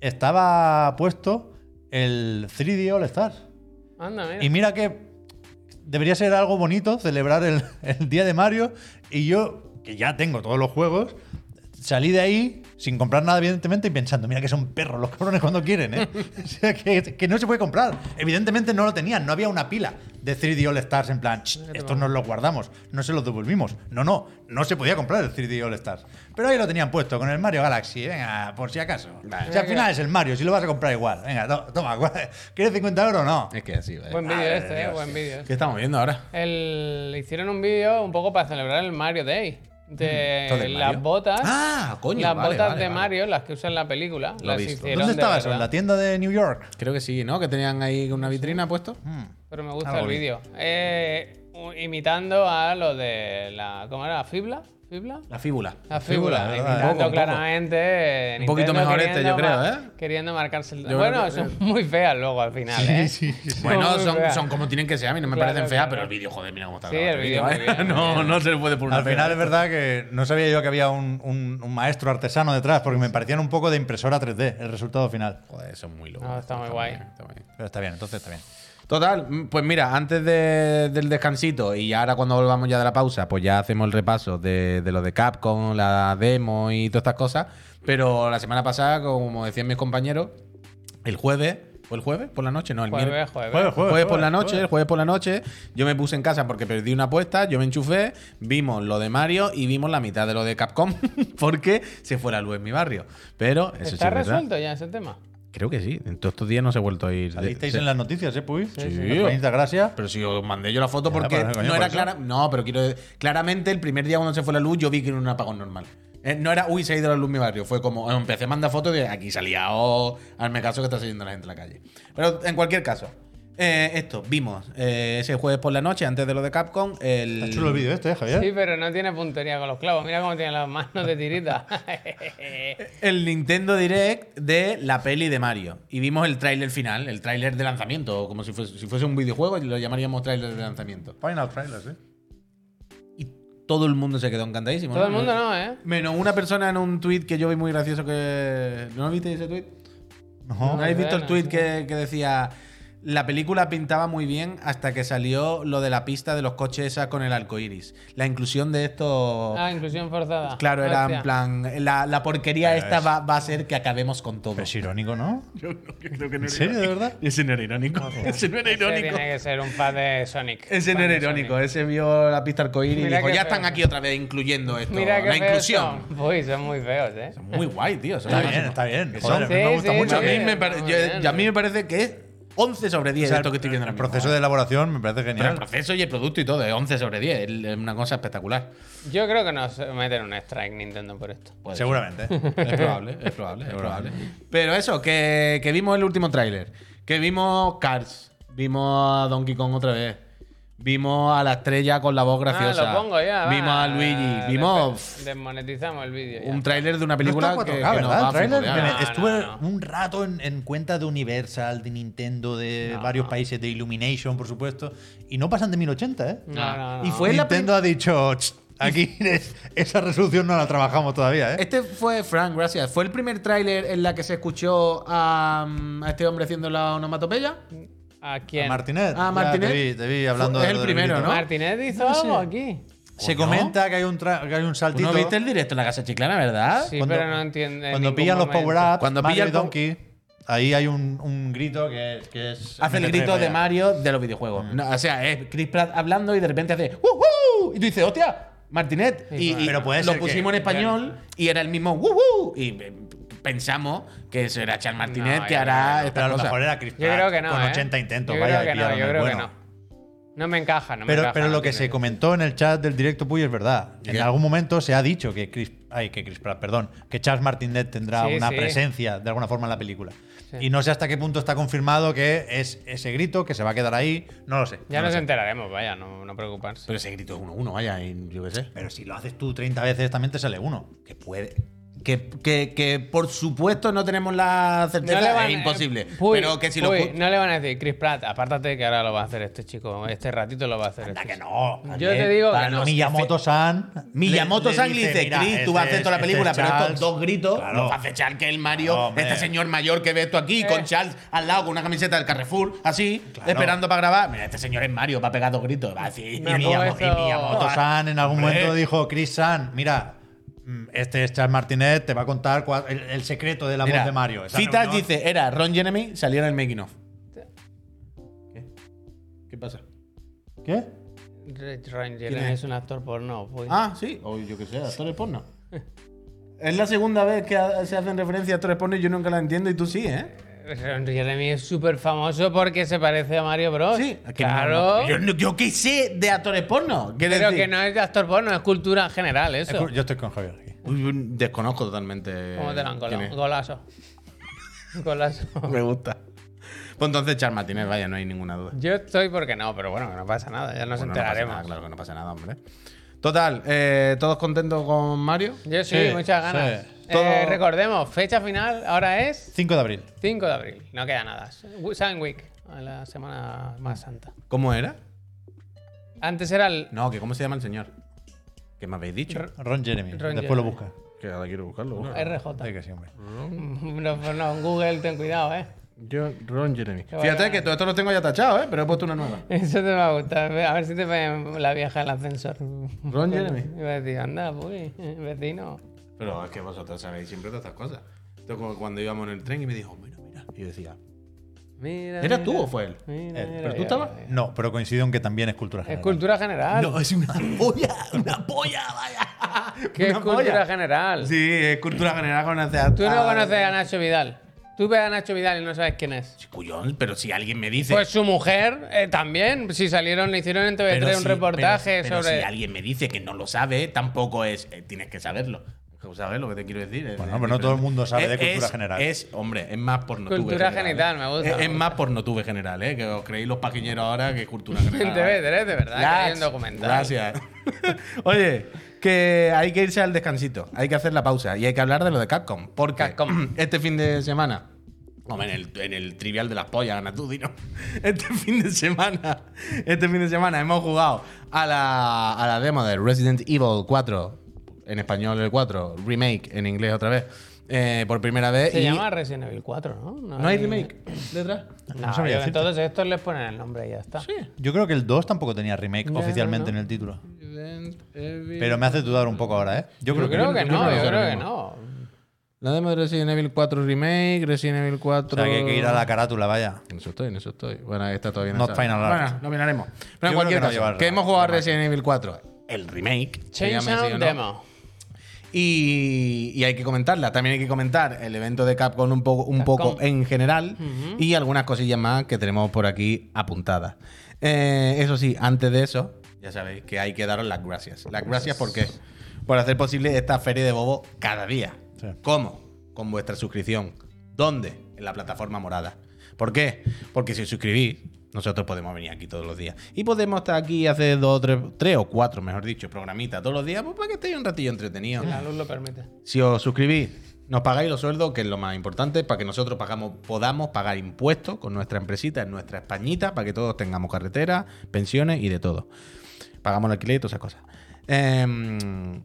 Speaker 3: estaba puesto el 3D All Stars.
Speaker 2: Anda, mira.
Speaker 3: Y mira que debería ser algo bonito celebrar el, el día de Mario. Y yo, que ya tengo todos los juegos, salí de ahí sin comprar nada, evidentemente, y pensando, mira que son perros los cabrones cuando quieren, ¿eh? o sea, que, que no se puede comprar. Evidentemente no lo tenían, no había una pila de 3D All Stars en plan, "Ch, estos nos los guardamos, no se los devolvimos. No, no, no se podía comprar el 3D All Stars. Pero ahí lo tenían puesto con el Mario Galaxy, venga, por si acaso. O sea, al final es el Mario, si lo vas a comprar igual. Venga, to- toma, guarda. ¿quieres 50 euros o no?
Speaker 1: visto. Es que así, ¿vale?
Speaker 2: Buen vídeo
Speaker 3: Madre
Speaker 2: este,
Speaker 3: de
Speaker 2: eh,
Speaker 3: Dios,
Speaker 2: buen
Speaker 3: sí.
Speaker 2: vídeo.
Speaker 1: ¿Qué estamos viendo ahora?
Speaker 2: El- Hicieron un vídeo un poco para celebrar el Mario Day. De
Speaker 1: ¿Esto del
Speaker 2: las
Speaker 1: Mario?
Speaker 2: botas.
Speaker 1: Ah, coño,
Speaker 2: Las
Speaker 1: vale,
Speaker 2: botas
Speaker 1: vale,
Speaker 2: de
Speaker 1: vale.
Speaker 2: Mario, las que usan en la película.
Speaker 1: Lo he
Speaker 2: las
Speaker 1: visto.
Speaker 2: hicieron
Speaker 3: ¿Dónde
Speaker 2: de
Speaker 3: estaba eso? ¿En
Speaker 2: verdad.
Speaker 3: la tienda de New York?
Speaker 1: Creo que sí, ¿no? Que tenían ahí una vitrina puesto.
Speaker 2: Pero me gusta
Speaker 1: Ah,
Speaker 3: Algo
Speaker 2: el
Speaker 3: vi.
Speaker 2: vídeo. Eh, u- imitando a lo de la. ¿Cómo era? ¿La fibla? ¿Fibla?
Speaker 1: La fíbula.
Speaker 2: La
Speaker 3: fíbula,
Speaker 2: fibla.
Speaker 3: ¿verdad?
Speaker 2: Imitando
Speaker 1: Un poco, un poco.
Speaker 2: claramente.
Speaker 1: Un poquito mejor este, yo creo, ¿eh?
Speaker 2: Queriendo marcarse el.
Speaker 1: Yo creo
Speaker 2: bueno,
Speaker 1: que-
Speaker 2: son muy feas luego al final, ¿eh?
Speaker 3: sí, sí, sí.
Speaker 1: Bueno,
Speaker 2: muy
Speaker 1: son,
Speaker 2: feas.
Speaker 1: son como tienen que ser. A mí no me
Speaker 2: Claro,
Speaker 1: parecen feas,
Speaker 2: claro.
Speaker 1: pero el vídeo, joder, mira cómo está
Speaker 2: Sí,
Speaker 1: grabado
Speaker 2: el
Speaker 1: este
Speaker 2: vídeo
Speaker 1: vídeo,
Speaker 2: muy
Speaker 1: ¿eh?
Speaker 2: bien, muy
Speaker 1: No,
Speaker 2: bien.
Speaker 1: no se le puede poner una
Speaker 3: Al final
Speaker 1: pega.
Speaker 3: es verdad que no sabía yo que había un, un- un maestro artesano detrás, porque me parecían un poco de impresora 3D el resultado final.
Speaker 1: Joder, son muy locos.
Speaker 2: No, está muy guay.
Speaker 1: bien, está muy bien.
Speaker 3: Pero está bien, entonces está bien.
Speaker 1: Total, mm, pues mira, antes de- del descansito y ahora cuando volvamos ya de la pausa, pues ya hacemos el repaso de, de lo de Capcom, la demo y todas estas cosas. Pero la semana pasada, como decían mis compañeros, el jueves, ¿o el jueves por la noche? No, el
Speaker 2: Jueves,
Speaker 1: miércoles.
Speaker 2: jueves.
Speaker 3: Jueves,
Speaker 1: Jueves, por la
Speaker 3: jueves,
Speaker 1: noche,
Speaker 3: jueves.
Speaker 1: el jueves por la noche, yo me puse en casa porque perdí una apuesta, yo me enchufé, vimos lo de Mario y vimos la mitad de lo de Capcom porque se fue la luz en mi barrio. Pero eso sí
Speaker 2: Está
Speaker 1: es verdad.
Speaker 2: resuelto ya ese tema.
Speaker 1: Creo que sí, en todos estos días no se ha vuelto a ir. de-
Speaker 3: Salisteis
Speaker 1: se-
Speaker 3: en las noticias, ¿eh, Puy? Sí,
Speaker 1: sí.
Speaker 3: gracias.
Speaker 1: pero si os mandé yo la foto
Speaker 3: Ya,
Speaker 1: porque
Speaker 3: pero, coño,
Speaker 1: no
Speaker 3: por
Speaker 1: era
Speaker 3: eso.
Speaker 1: clara. No, pero quiero claramente el primer día cuando se fue la luz yo vi que era un apagón normal. Eh, No era, uy, se ha ido la luz en mi barrio. Fue como, eh, empecé a mandar fotos de aquí salía, oh, hazme caso que está saliendo la gente a la calle. Pero en cualquier caso, Eh, esto, vimos eh, ese jueves por la noche, antes de lo de Capcom, el.
Speaker 3: Está chulo el vídeo este, ¿eh, Javier.
Speaker 2: Sí, pero no tiene puntería con los clavos. Mira cómo tiene las manos de tirita.
Speaker 3: eh.
Speaker 1: El Nintendo Direct de la peli de Mario. Y vimos el tráiler final, el tráiler de lanzamiento, como si fuese, si fuese un videojuego, lo llamaríamos tráiler de lanzamiento.
Speaker 3: Final trailer, ¿eh? sí.
Speaker 1: Y todo el mundo se quedó encantadísimo.
Speaker 2: Todo el mundo no, ¿eh?
Speaker 1: Menos una persona en un tweet que yo vi muy gracioso que. ¿No viste ese tweet?
Speaker 3: No.
Speaker 1: ¿No habéis visto el
Speaker 2: Bueno,
Speaker 1: tweet
Speaker 2: sí.
Speaker 1: que, que decía la película pintaba muy bien hasta que salió lo de la pista de los coches esa con el arco iris? La inclusión de esto.
Speaker 2: Ah, inclusión forzada.
Speaker 1: claro, era
Speaker 2: Hostia.
Speaker 1: en plan. La, la porquería
Speaker 3: Pero
Speaker 1: esta
Speaker 3: es-
Speaker 1: va, va a ser que acabemos con todo.
Speaker 3: Pero es irónico, ¿no?
Speaker 1: Yo no- yo creo que no
Speaker 3: ¿En serio, de verdad?
Speaker 1: Ese no era irónico. Ese no era
Speaker 2: Ese
Speaker 1: irónico.
Speaker 2: tiene que ser un fan de Sonic.
Speaker 1: Ese no
Speaker 2: Fan
Speaker 1: era
Speaker 2: de Sonic.
Speaker 1: irónico. Ese vio la pista arcoíris y
Speaker 2: Mira
Speaker 1: dijo:
Speaker 2: qué
Speaker 1: Ya
Speaker 2: feo.
Speaker 1: están aquí otra vez incluyendo esto.
Speaker 2: Mira qué
Speaker 1: la
Speaker 2: feos
Speaker 1: inclusión.
Speaker 2: Son. Uy, son muy feos, ¿eh?
Speaker 1: Son Muy guay, tío. son
Speaker 3: Está
Speaker 1: muy-
Speaker 3: bien, está bien.
Speaker 1: que
Speaker 3: Joder,
Speaker 1: son-
Speaker 3: a mí me
Speaker 2: Sí,
Speaker 3: gusta
Speaker 2: sí,
Speaker 3: mucho.
Speaker 1: a,
Speaker 2: sí.
Speaker 1: mí me
Speaker 2: Muy
Speaker 1: pare-
Speaker 2: bien,
Speaker 1: yo-
Speaker 2: muy
Speaker 1: y a mí me parece que es 11 sobre 10
Speaker 3: O sea,
Speaker 1: esto que estoy viendo ahora
Speaker 3: El
Speaker 1: mismo. ¿eh?
Speaker 3: proceso de elaboración me parece
Speaker 1: Pero el
Speaker 3: genial.
Speaker 1: proceso y el producto y todo, es 11 sobre 10, es una cosa espectacular.
Speaker 2: Yo creo que nos meten un strike Nintendo por esto.
Speaker 1: Puede ser.
Speaker 3: Seguramente.
Speaker 1: Es probable, es probable, es probable. Pero eso, que, que vimos el último tráiler, que vimos Cars, vimos a Donkey Kong otra vez, vimos a la estrella con la voz graciosa,
Speaker 2: Ah, lo pongo ya. va. Ah,
Speaker 1: vimos a Luigi, vimos
Speaker 2: Despe- desmonetizamos el vídeo. ya.
Speaker 1: un tráiler de una película
Speaker 3: No está
Speaker 1: que,
Speaker 3: 4K,
Speaker 1: que nos
Speaker 3: ¿verdad?
Speaker 1: va a
Speaker 3: El tráiler.
Speaker 1: flipotear.
Speaker 2: No,
Speaker 3: Me- Estuve
Speaker 2: no,
Speaker 3: un rato en, en cuenta de Universal, de Nintendo, de varios países, de Illumination, por supuesto. Y no pasan de 1080, ¿eh?
Speaker 2: No, no, no.
Speaker 1: Y fue- la
Speaker 3: Nintendo ha dicho, "Ch, aquí es- esa resolución no la trabajamos todavía, ¿eh?
Speaker 1: Este fue Frank, gracias. ¿Fue el primer tráiler en la que se escuchó a, a este hombre haciendo la onomatopeya?
Speaker 2: ¿A quién?
Speaker 3: Martinet.
Speaker 1: Ah,
Speaker 3: ya
Speaker 1: Martinet.
Speaker 3: Te vi, te vi hablando
Speaker 1: Es
Speaker 3: de
Speaker 1: el
Speaker 3: lo del
Speaker 1: primero,
Speaker 3: grito.
Speaker 1: ¿no?
Speaker 2: ¿Martínez hizo
Speaker 1: No sé.
Speaker 2: algo aquí?
Speaker 3: Se
Speaker 1: ¿No?
Speaker 3: comenta que hay un, tra- que hay un
Speaker 1: ¿Tú
Speaker 3: saltito.
Speaker 1: no viste el directo en la casa chiclana, verdad?
Speaker 2: Sí,
Speaker 3: Cuando-
Speaker 2: pero no entiende. en
Speaker 3: Cuando
Speaker 2: ningún
Speaker 3: pillan los
Speaker 2: momento.
Speaker 1: Cuando
Speaker 3: power-ups, cuando
Speaker 1: pilla
Speaker 3: pilla
Speaker 1: el
Speaker 3: el
Speaker 1: po-
Speaker 3: Donkey, ahí hay un, un grito que, que es...
Speaker 1: Hace el
Speaker 3: MP3
Speaker 1: grito
Speaker 3: para
Speaker 1: de
Speaker 3: allá.
Speaker 1: Mario de los videojuegos. No, o sea, es Chris Pratt hablando y de repente hace ¡Woohoo! Y tú dices, ¡hostia! Martinet. Y, y
Speaker 3: Pero puede
Speaker 1: lo
Speaker 3: ser que-
Speaker 1: pusimos en español y era el mismo ¡Woohoo! Y eh, pensamos que eso era Charles Martinet
Speaker 2: No,
Speaker 1: que
Speaker 2: yo
Speaker 1: hará
Speaker 2: creo que
Speaker 3: Pero
Speaker 1: esta
Speaker 3: a lo
Speaker 1: cosa.
Speaker 3: mejor era Chris
Speaker 2: Yo
Speaker 3: Pratt
Speaker 2: creo que no.
Speaker 3: con
Speaker 2: ¿eh?
Speaker 3: 80 intentos.
Speaker 2: Yo
Speaker 3: vaya,
Speaker 2: creo que no,
Speaker 3: pillaron
Speaker 2: yo
Speaker 3: el
Speaker 2: creo que
Speaker 3: bueno.
Speaker 2: no. No me encaja, no me
Speaker 3: Pero,
Speaker 2: encaja,
Speaker 3: pero
Speaker 2: no
Speaker 3: lo que se
Speaker 2: tiene-
Speaker 3: comentó en el chat del directo Puy es verdad. En
Speaker 1: ¿Qué?
Speaker 3: algún momento se ha dicho que Chris, ay, que Chris Pratt, perdón, que Charles Martinet tendrá
Speaker 2: Sí,
Speaker 3: una
Speaker 2: sí.
Speaker 3: presencia de alguna forma en la película.
Speaker 2: Sí.
Speaker 3: Y no sé hasta qué punto está confirmado que es ese grito que se va a quedar ahí. No lo sé.
Speaker 2: Ya
Speaker 3: no lo
Speaker 2: nos
Speaker 3: sé.
Speaker 2: enteraremos, vaya, no, no preocuparse.
Speaker 1: Pero ese grito es 1-1, vaya, y yo qué sé.
Speaker 3: Pero si lo haces tú 30 veces también te sale uno.
Speaker 1: Que puede. Que, que, que por supuesto no tenemos la certeza, es imposible.
Speaker 2: eh, Puy,
Speaker 1: pero que si
Speaker 2: Puy,
Speaker 1: lo. ju-
Speaker 2: No le van a decir, Chris Pratt, apártate que ahora lo va a hacer este chico. Este ratito lo va a hacer.
Speaker 3: Anda
Speaker 2: este
Speaker 3: que
Speaker 2: chico.
Speaker 3: no.
Speaker 2: Yo te digo que
Speaker 3: para
Speaker 2: no.
Speaker 3: Miyamoto-san.
Speaker 1: Miyamoto-san le dice,
Speaker 3: "Mira,
Speaker 1: Chris, tú
Speaker 3: este
Speaker 1: vas a hacer toda la
Speaker 3: es- este
Speaker 1: película,
Speaker 3: es
Speaker 1: pero estos
Speaker 3: Charles".
Speaker 1: dos gritos
Speaker 3: Claro.
Speaker 1: nos va a hacer echar que el Mario,
Speaker 3: Claro, hombre.
Speaker 1: este señor mayor que ves tú aquí, con Charles al lado, con una camiseta del Carrefour, así,
Speaker 3: Claro.
Speaker 1: esperando para grabar. Mira, este señor es Mario, va a pegar dos gritos. Va a decir,
Speaker 2: Me
Speaker 1: y Miyamo-
Speaker 2: apuesto-
Speaker 1: y Miyamoto.
Speaker 3: Moto-san en algún
Speaker 1: Hombre.
Speaker 3: momento dijo, Chris San, mira, mm, este es Charles Martinet, te va a contar cua- el, el secreto de la
Speaker 1: Mira,
Speaker 3: voz de Mario. Esa
Speaker 1: Citas
Speaker 3: reunión-
Speaker 1: dice, era Ron Jeremy, salió en el making of. ¿Qué? ¿Qué pasa?
Speaker 3: ¿Qué?
Speaker 2: Red Ranger
Speaker 1: ¿Quién es?
Speaker 2: es un actor porno. Puy.
Speaker 1: Ah, sí. O yo qué sé, actores porno. Es la segunda vez que ha- se hacen referencia a actores porno y yo nunca la entiendo y tú sí, ¿eh?
Speaker 2: Ron Jeremy es súper famoso porque se parece a Mario Bros.
Speaker 1: Sí, Ah, que no,
Speaker 2: claro.
Speaker 1: no. Yo, no- yo qué sé de actores porno. Quiero
Speaker 2: Pero
Speaker 1: decir,
Speaker 2: que no es de actor porno, es cultura general
Speaker 3: Es
Speaker 2: eso.
Speaker 3: cu- Yo estoy con Javier aquí.
Speaker 1: Uy, uy, Desconozco totalmente.
Speaker 2: ¿Cómo te lo han
Speaker 1: Eh, quién
Speaker 2: colado?
Speaker 1: es.
Speaker 2: Golazo. Golazo.
Speaker 1: Me gusta. Pues entonces Charles Martínez, vaya, no hay ninguna duda.
Speaker 2: Yo estoy porque no, pero bueno, que no pasa nada, ya nos
Speaker 1: Bueno, no pasa
Speaker 2: enteraremos.
Speaker 1: nada, claro que no pasa nada, hombre. Total, eh, ¿todos contentos con Mario?
Speaker 2: Yo sí,
Speaker 3: Sí,
Speaker 2: muchas ganas.
Speaker 3: sí.
Speaker 2: Eh,
Speaker 1: Todo-
Speaker 2: recordemos, fecha final ahora es
Speaker 3: 5 de abril.
Speaker 2: 5 de abril, no queda nada. San Week, a la semana más santa.
Speaker 1: ¿Cómo era?
Speaker 2: Antes era el.
Speaker 1: No, que ¿cómo se llama el señor? ¿Qué me habéis dicho?
Speaker 3: Ron Jeremy.
Speaker 2: Ron
Speaker 3: Después lo
Speaker 2: Jeremy.
Speaker 3: busca.
Speaker 1: Que ahora quiero buscarlo.
Speaker 2: RJ.
Speaker 1: Ah,
Speaker 3: Ay, que sí, hombre.
Speaker 2: No, pues no, en Google ten cuidado, eh.
Speaker 1: Yo, Ron Jeremy.
Speaker 2: vaya-
Speaker 1: Fíjate que todo esto lo tengo ya tachado, ¿eh? Pero he puesto una nueva.
Speaker 2: Eso te va a gustar. A ver si te ve la vieja del ascensor.
Speaker 1: Ron Jeremy.
Speaker 2: Iba a decir, anda, uy, vecino.
Speaker 1: Pero es que vosotros sabéis siempre todas estas cosas. Esto como cuando íbamos en el tren y me dijo, mira, mira. Y yo decía,
Speaker 2: Mira,
Speaker 1: ¿eras
Speaker 2: mira,
Speaker 1: tú o fue él?
Speaker 2: mira, mira,
Speaker 3: Él.
Speaker 1: ¿Pero tú
Speaker 2: mira,
Speaker 1: estabas?
Speaker 2: mira.
Speaker 3: No, pero coincido en que también es cultura
Speaker 2: Es
Speaker 3: general.
Speaker 2: cultura general.
Speaker 1: No, es una polla, una polla, vaya.
Speaker 2: ¿Qué es
Speaker 1: Una
Speaker 2: cultura
Speaker 1: polla.
Speaker 2: general?
Speaker 1: Sí, Ah, es cultura general conocer a
Speaker 2: Tú no conoces a Nacho Vidal. Tú ves a Nacho Vidal y no sabes quién es.
Speaker 1: Cuyón, pero si alguien me dice.
Speaker 2: Pues su mujer eh, también. Si salieron, le hicieron en TV3
Speaker 1: pero
Speaker 2: un
Speaker 1: si-
Speaker 2: reportaje
Speaker 1: pero- pero
Speaker 2: sobre.
Speaker 1: si alguien me dice que no lo sabe, tampoco es. eh, tienes que saberlo. ¿Sabes lo que te quiero decir? Es-
Speaker 3: Bueno, pero no todo el mundo sabe de cultura
Speaker 1: es-
Speaker 3: general.
Speaker 1: Es, hombre, es más por no tuve ¿eh?
Speaker 2: Cultura genital, me gusta,
Speaker 1: Es,
Speaker 2: me
Speaker 1: es
Speaker 2: gusta.
Speaker 1: más por no tuve general, ¿eh? Que os creéis los paquiñeros ahora que es cultura general.
Speaker 2: En TV3, ¿eh? de verdad, que hay un
Speaker 1: Gracias,
Speaker 2: documental.
Speaker 1: Gracias. Oye, que hay que irse al descansito, hay que hacer la pausa y hay que hablar de lo de Capcom. Porque
Speaker 2: Capcom.
Speaker 1: este fin de semana. Hombre, en el, en el trivial de las pollas, gana tú, Dino. Este fin de semana. Este fin de semana hemos jugado a la, a la demo de Resident Evil 4. En español el 4. Remake en inglés otra vez. eh, por primera vez.
Speaker 2: Se
Speaker 1: y-
Speaker 2: llama Resident Evil 4, ¿no?
Speaker 1: ¿No hay remake detrás?
Speaker 2: No,
Speaker 3: No sabría
Speaker 2: yo-
Speaker 3: decirte.
Speaker 2: entonces estos les ponen el nombre y ya está.
Speaker 3: Yo creo que el 2 tampoco tenía remake
Speaker 2: Ya,
Speaker 3: oficialmente
Speaker 2: no.
Speaker 3: en el título.
Speaker 1: Pero
Speaker 3: Pero me hace dudar un poco ahora, ¿eh? Yo,
Speaker 2: Yo creo que no, yo
Speaker 1: que
Speaker 2: creo
Speaker 1: ahora
Speaker 2: que
Speaker 1: mismo.
Speaker 2: no.
Speaker 1: La demo de Resident Evil 4 Remake, Resident Evil 4.
Speaker 3: O sea, que hay que ir a la carátula, vaya.
Speaker 1: En eso estoy, en eso estoy. Bueno, ahí está todavía. no
Speaker 3: Not
Speaker 1: está.
Speaker 3: final art.
Speaker 1: Bueno, lo miraremos.
Speaker 3: creo
Speaker 1: Pero en cualquier
Speaker 3: que no
Speaker 1: caso,
Speaker 3: llevará
Speaker 1: que hemos jugado a
Speaker 3: remake.
Speaker 1: Resident Evil 4, el remake. se llama así,
Speaker 2: Change
Speaker 1: ¿no?
Speaker 2: Demo.
Speaker 1: Y, y hay que comentarla. También hay que comentar el evento de Capcom un poco, un poco en general y algunas cosillas más que tenemos por aquí apuntadas. Eh, eso sí, antes de eso, ya sabéis que hay que daros las gracias. Las gracias porque por hacer posible esta feria de bobo cada día.
Speaker 3: Sí.
Speaker 1: ¿Cómo? Con vuestra suscripción. ¿Dónde? En la plataforma morada. ¿Por qué? Porque si os suscribís, nosotros podemos venir aquí todos los días. Y podemos estar aquí y hacer dos, tres, tres o cuatro, mejor dicho, programitas todos los días, pues para que estéis un ratillo entretenidos.
Speaker 2: La luz lo permite.
Speaker 1: Si os suscribís, nos pagáis los sueldos, que es lo más importante, para que nosotros pagamos, podamos pagar impuestos con nuestra empresita, en nuestra españita, para que todos tengamos carretera, pensiones y de todo. Pagamos el alquiler y todas esas cosas. Eh,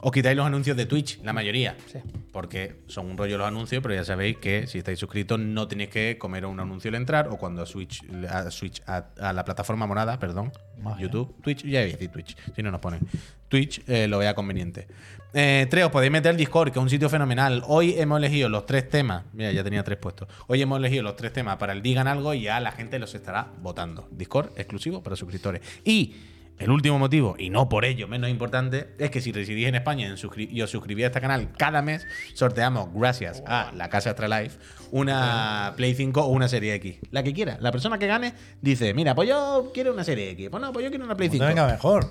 Speaker 1: os quitáis los anuncios de Twitch, la mayoría.
Speaker 2: Sí.
Speaker 1: Porque son un rollo los anuncios, pero ya sabéis que si estáis suscritos no tenéis que comer un anuncio al entrar o cuando a Switch, a, Switch- a- a la plataforma morada, perdón,
Speaker 3: Vale.
Speaker 1: YouTube, Twitch, ya voy a decir Twitch, si no nos ponen. Twitch eh, lo vea conveniente. Eh, tres, os podéis meter al Discord, que es un sitio fenomenal. Hoy hemos elegido los tres temas. Mira, ya tenía tres puestos. Hoy hemos elegido los tres temas para el Digan Algo y ya la gente los estará votando. Discord exclusivo para suscriptores. Y el último motivo, y no por ello menos importante, es que si residís en España en suscri- y os suscribís a este canal cada mes, sorteamos, gracias a la Casa Astralife, una Play 5 o una Serie X. La que quiera. La persona que gane dice, mira, pues yo quiero una Serie X. Pues no, pues yo quiero una Play
Speaker 3: Cuando
Speaker 1: 5.
Speaker 3: venga mejor.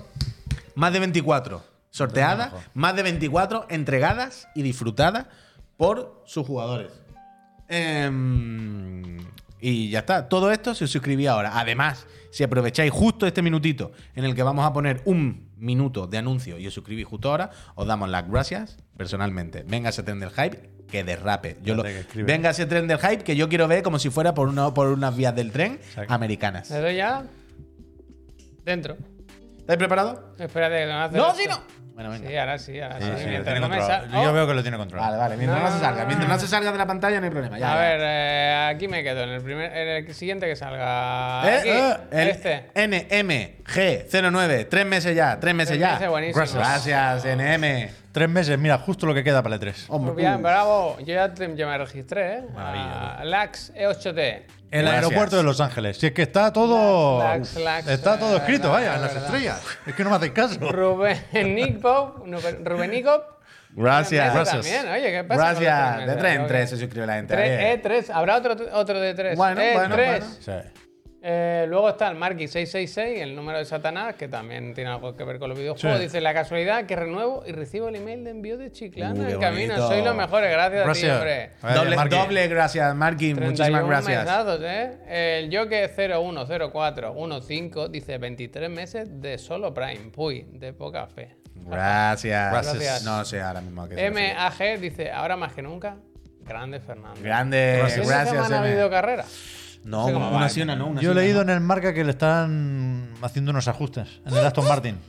Speaker 1: Más de 24 sorteadas, más de 24 entregadas y disfrutadas por sus jugadores. Em, y ya está. Todo esto si os suscribís ahora. Además, si aprovecháis justo este minutito en el que vamos a poner un minuto de anuncio y os suscribís justo ahora, os damos las gracias personalmente. Venga ese tren del hype que derrape. Yo lo-
Speaker 3: Espérate que escribe.
Speaker 1: venga ese tren del hype que yo quiero ver como si fuera por, una, por unas vías del tren
Speaker 3: Exacto. Eh,
Speaker 1: americanas.
Speaker 2: ¿Le doy ya? Dentro.
Speaker 1: ¿Estáis preparados?
Speaker 2: Espérate, que no hace.
Speaker 1: ¡No,
Speaker 2: esto.
Speaker 1: si no! Bueno, venga.
Speaker 2: Sí, ahora sí, ahora sí.
Speaker 3: Sí, sí, lo
Speaker 2: Mientras
Speaker 3: tiene
Speaker 2: no me
Speaker 3: controlado.
Speaker 2: sal-
Speaker 3: Yo
Speaker 2: ¡Oh!
Speaker 3: veo que lo tiene controlado.
Speaker 1: Vale, vale. Mientras no,
Speaker 2: No,
Speaker 1: se
Speaker 2: no,
Speaker 1: salga.
Speaker 2: no,
Speaker 1: Mientras no se salga de la pantalla, no hay problema. Ya,
Speaker 2: A
Speaker 1: ya.
Speaker 2: ver, eh, aquí me quedo. En el, primer, en el siguiente que salga.
Speaker 1: Eh,
Speaker 2: aquí,
Speaker 1: eh, el
Speaker 2: este.
Speaker 1: NMG09. Tres meses ya. Tres meses
Speaker 2: Tres
Speaker 1: ya.
Speaker 2: meses, buenísimo.
Speaker 1: Gracias, NM.
Speaker 3: Tres meses, mira, justo lo que queda para el 3.
Speaker 1: Hombre,
Speaker 2: Muy bien,
Speaker 1: uh,
Speaker 2: bravo. Yo ya, te- ya me registré, ¿eh?
Speaker 1: Maravilla.
Speaker 2: Ah, Lax E8T.
Speaker 3: El
Speaker 1: Gracias.
Speaker 3: aeropuerto de Los Ángeles. Si es que está todo.
Speaker 2: Lax, lax,
Speaker 3: está todo
Speaker 2: eh,
Speaker 3: escrito,
Speaker 2: verdad,
Speaker 3: vaya, en las
Speaker 2: verdad.
Speaker 3: estrellas. Es que no me hacéis caso.
Speaker 2: Rubén Nikpop. no, pero- Rubén Nikop.
Speaker 1: Gracias.
Speaker 2: Tres meses también, oye, ¿qué pasa con los tres
Speaker 1: Gracias. De
Speaker 2: meses?
Speaker 1: tres en
Speaker 2: Ok.
Speaker 1: tres se suscribe la gente.
Speaker 2: Tres-
Speaker 1: Eh.
Speaker 2: E3. Habrá otro, otro de 3.
Speaker 1: Bueno,
Speaker 2: E3.
Speaker 1: bueno, bueno.
Speaker 3: Sí.
Speaker 2: Eh, luego está el Marky 666, el número de Satanás, que también tiene algo que ver con los videojuegos.
Speaker 3: Sí.
Speaker 2: Dice la casualidad que renuevo y recibo el email de envío de Chiclana
Speaker 1: Uh, qué
Speaker 2: en camino.
Speaker 1: bonito.
Speaker 2: Soy los mejores, gracias, a ti,
Speaker 3: Gracias.
Speaker 2: hombre.
Speaker 3: Vaya,
Speaker 1: Doble,
Speaker 3: Marqui.
Speaker 1: doble gracias, Marky.
Speaker 2: 31
Speaker 1: Muchísimas gracias.
Speaker 2: mesazos, ¿eh? El Joker 010415 dice 23 meses de solo Prime. Puy, de poca fe.
Speaker 1: Gracias.
Speaker 2: Gracias.
Speaker 1: No sé ahora mismo qué decir.
Speaker 2: MAG dice, ahora más que nunca, grande Fernando.
Speaker 1: Grande.
Speaker 2: ¿Esta
Speaker 1: Gracias,
Speaker 2: semana ha
Speaker 1: M.
Speaker 2: habido carrera?
Speaker 1: No,
Speaker 2: sé cómo
Speaker 1: una
Speaker 2: va,
Speaker 1: sí, una no. Una sí,
Speaker 3: Yo he
Speaker 1: una
Speaker 3: leído
Speaker 1: no.
Speaker 3: en el marca que le están haciendo unos ajustes en el Aston Martin.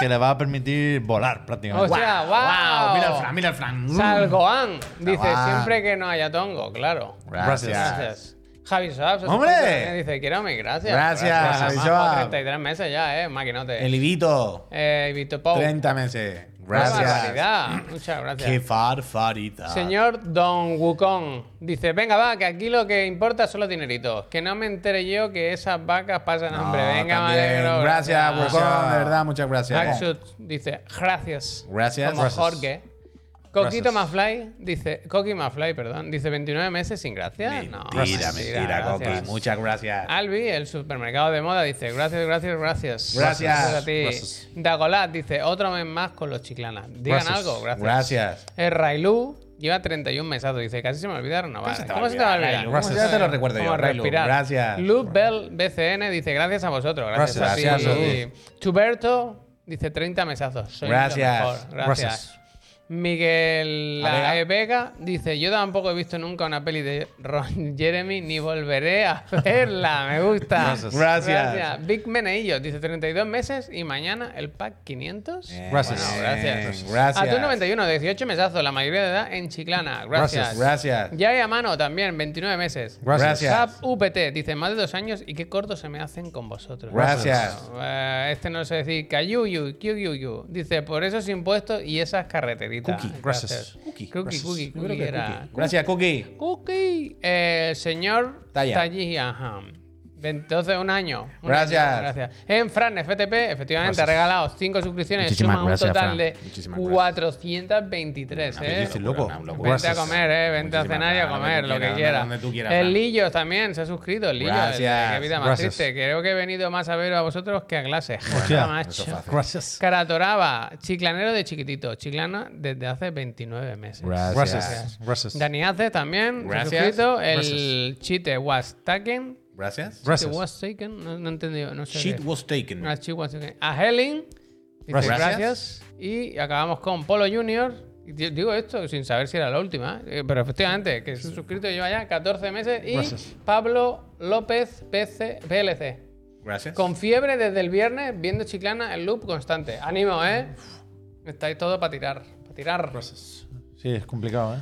Speaker 3: Que le va a permitir volar prácticamente.
Speaker 2: Hostia. ¡Guau!
Speaker 1: Guau, Mira el Fran, mira el Fran. Mm.
Speaker 2: Salgoán dice,
Speaker 1: Salgoán.
Speaker 2: siempre que no haya tongo, claro.
Speaker 1: Gracias.
Speaker 2: Gracias. Javi Saab,
Speaker 1: ¡Hombre!
Speaker 2: dice, quiero mi gracias.
Speaker 1: Gracias, Javi
Speaker 2: además,
Speaker 1: Saab.
Speaker 2: por 33 meses ya, eh, maquinote.
Speaker 1: El Ibito.
Speaker 2: Eh, Vito Pou.
Speaker 1: 30 meses.
Speaker 2: ¡Qué
Speaker 1: Gracias.
Speaker 2: barbaridad! Muchas gracias.
Speaker 1: Qué farfarita.
Speaker 2: Señor Don Wukong dice, venga va, que aquí lo que importa son los dineritos. Que no me entere yo que esas vacas pasan hambre.
Speaker 1: No,
Speaker 2: Venga,
Speaker 1: también.
Speaker 2: me alegro,
Speaker 1: Gracias, Wukong,
Speaker 3: Gracias.
Speaker 1: de verdad, muchas gracias.
Speaker 2: Axut dice, gracias.
Speaker 1: Gracias.
Speaker 2: Como
Speaker 1: Gracias.
Speaker 2: Jorge. Coquito
Speaker 3: Gracias.
Speaker 2: Mafly dice, Coqui Mafly, perdón, dice 29 meses sin gracia. no,
Speaker 1: Mentira, mentira, Coqui.
Speaker 2: gracias.
Speaker 1: Muchas gracias.
Speaker 2: Albi, el supermercado de moda, dice gracias, gracias, gracias.
Speaker 1: Gracias.
Speaker 2: a ti.
Speaker 3: Gracias.
Speaker 2: Dagolat dice otro mes más con los chiclanas. Digan
Speaker 3: Gracias.
Speaker 2: algo, gracias.
Speaker 1: Gracias.
Speaker 2: El Railú lleva 31 mesazos, dice casi se me olvida renovar.
Speaker 1: Casi se te va
Speaker 2: ¿Cómo
Speaker 1: a
Speaker 2: se te va a
Speaker 1: olvidar,
Speaker 2: olvidar?
Speaker 1: Railu?
Speaker 2: ¿Cómo se
Speaker 1: Gracias, ya te lo recuerdo yo,
Speaker 2: cómo
Speaker 1: Railu.
Speaker 2: respirar?
Speaker 1: Gracias.
Speaker 2: Luz Bell BCN dice gracias a vosotros, gracias,
Speaker 1: Gracias,
Speaker 2: a ti.
Speaker 1: gracias
Speaker 2: Chuberto dice 30 mesazos. sois lo
Speaker 1: Gracias.
Speaker 2: mejor. Gracias.
Speaker 3: Gracias.
Speaker 2: Miguel
Speaker 1: Adega.
Speaker 2: Lae Vega dice: Yo tampoco he visto nunca una peli de Ron Jeremy ni volveré a verla. Me gusta.
Speaker 3: Gracias.
Speaker 1: Gracias.
Speaker 2: Big Meneillo dice 32 meses y mañana el pack 500.
Speaker 1: Bien,
Speaker 3: Gracias.
Speaker 2: Bueno, gracias.
Speaker 1: bien, gracias.
Speaker 2: A tu 91, 18 mesazos, la mayoría de edad en Chiclana. Gracias.
Speaker 3: Gracias,
Speaker 1: gracias.
Speaker 2: Ya a mano también, 29 meses.
Speaker 1: Gracias.
Speaker 2: Zap UPT dice más de dos años y qué cortos se me hacen con vosotros.
Speaker 1: Gracias.
Speaker 2: Bueno, eh, este no sé decir. Cayuyu, Kyuyuyu. Dice por esos impuestos y esas carreteritas.
Speaker 3: Cookie, gracias.
Speaker 2: Cookie,
Speaker 1: Cookie,
Speaker 2: cookie,
Speaker 3: gracias.
Speaker 2: cookie,
Speaker 1: Yo creo que
Speaker 2: era.
Speaker 1: Cookie. Gracias, Cookie.
Speaker 2: Cookie, eh, señor
Speaker 1: Talla.
Speaker 2: Talli, ajá. Entonces, un año. un
Speaker 1: Gracias.
Speaker 2: año, gracias. En Fran FTP, efectivamente, ha regalado 5 suscripciones.
Speaker 1: Muchísimas
Speaker 2: suma
Speaker 1: gracias,
Speaker 2: un total
Speaker 1: Fran.
Speaker 2: de
Speaker 1: Muchísimas gracias.
Speaker 2: 423, ¿eh?
Speaker 3: dices, loco?
Speaker 1: Una locura.
Speaker 2: Vente a comer, ¿eh? Vente a
Speaker 1: Muchísimas
Speaker 2: cenar y a
Speaker 1: gracias,
Speaker 2: comer, lo que quieras.
Speaker 1: Donde tú quieras.
Speaker 2: el
Speaker 1: Fran.
Speaker 2: Lillos también se ha suscrito, el Lillos.
Speaker 1: Gracias,
Speaker 2: Qué vida más
Speaker 3: gracias.
Speaker 2: triste. Creo que he venido más a veros a vosotros que a clase.
Speaker 3: Hostia,
Speaker 2: Joder, macho.
Speaker 1: eso fácil.
Speaker 3: Gracias.
Speaker 2: Caratoraba, chiclanero de chiquitito, chiclana desde hace 29 meses.
Speaker 1: Gracias.
Speaker 3: Gracias. Gracias.
Speaker 2: Dani Ace también.
Speaker 1: Gracias.
Speaker 2: se ha suscrito. El
Speaker 3: Pues, Gracias.
Speaker 2: chite was taken.
Speaker 1: Gracias.
Speaker 2: Chite
Speaker 3: Gracias.
Speaker 2: was taken. No, no he entendido. No sé.
Speaker 1: Shit
Speaker 2: qué.
Speaker 1: was taken.
Speaker 2: Ah, shit was taken. A Helen. dice gracias.
Speaker 3: Gracias.
Speaker 2: Y acabamos con Polo Junior. Y di- Digo esto sin saber si era la última, ¿eh? pero efectivamente, que se ha suscrito lleva ya 14 meses. Y
Speaker 3: Gracias.
Speaker 2: Pablo López PC, PLC.
Speaker 1: Gracias.
Speaker 2: Con fiebre desde el viernes, viendo Chiclana en loop constante. Ánimo, ¿eh? Estáis todo para tirar. Para tirar.
Speaker 3: Sí, es complicado, ¿eh?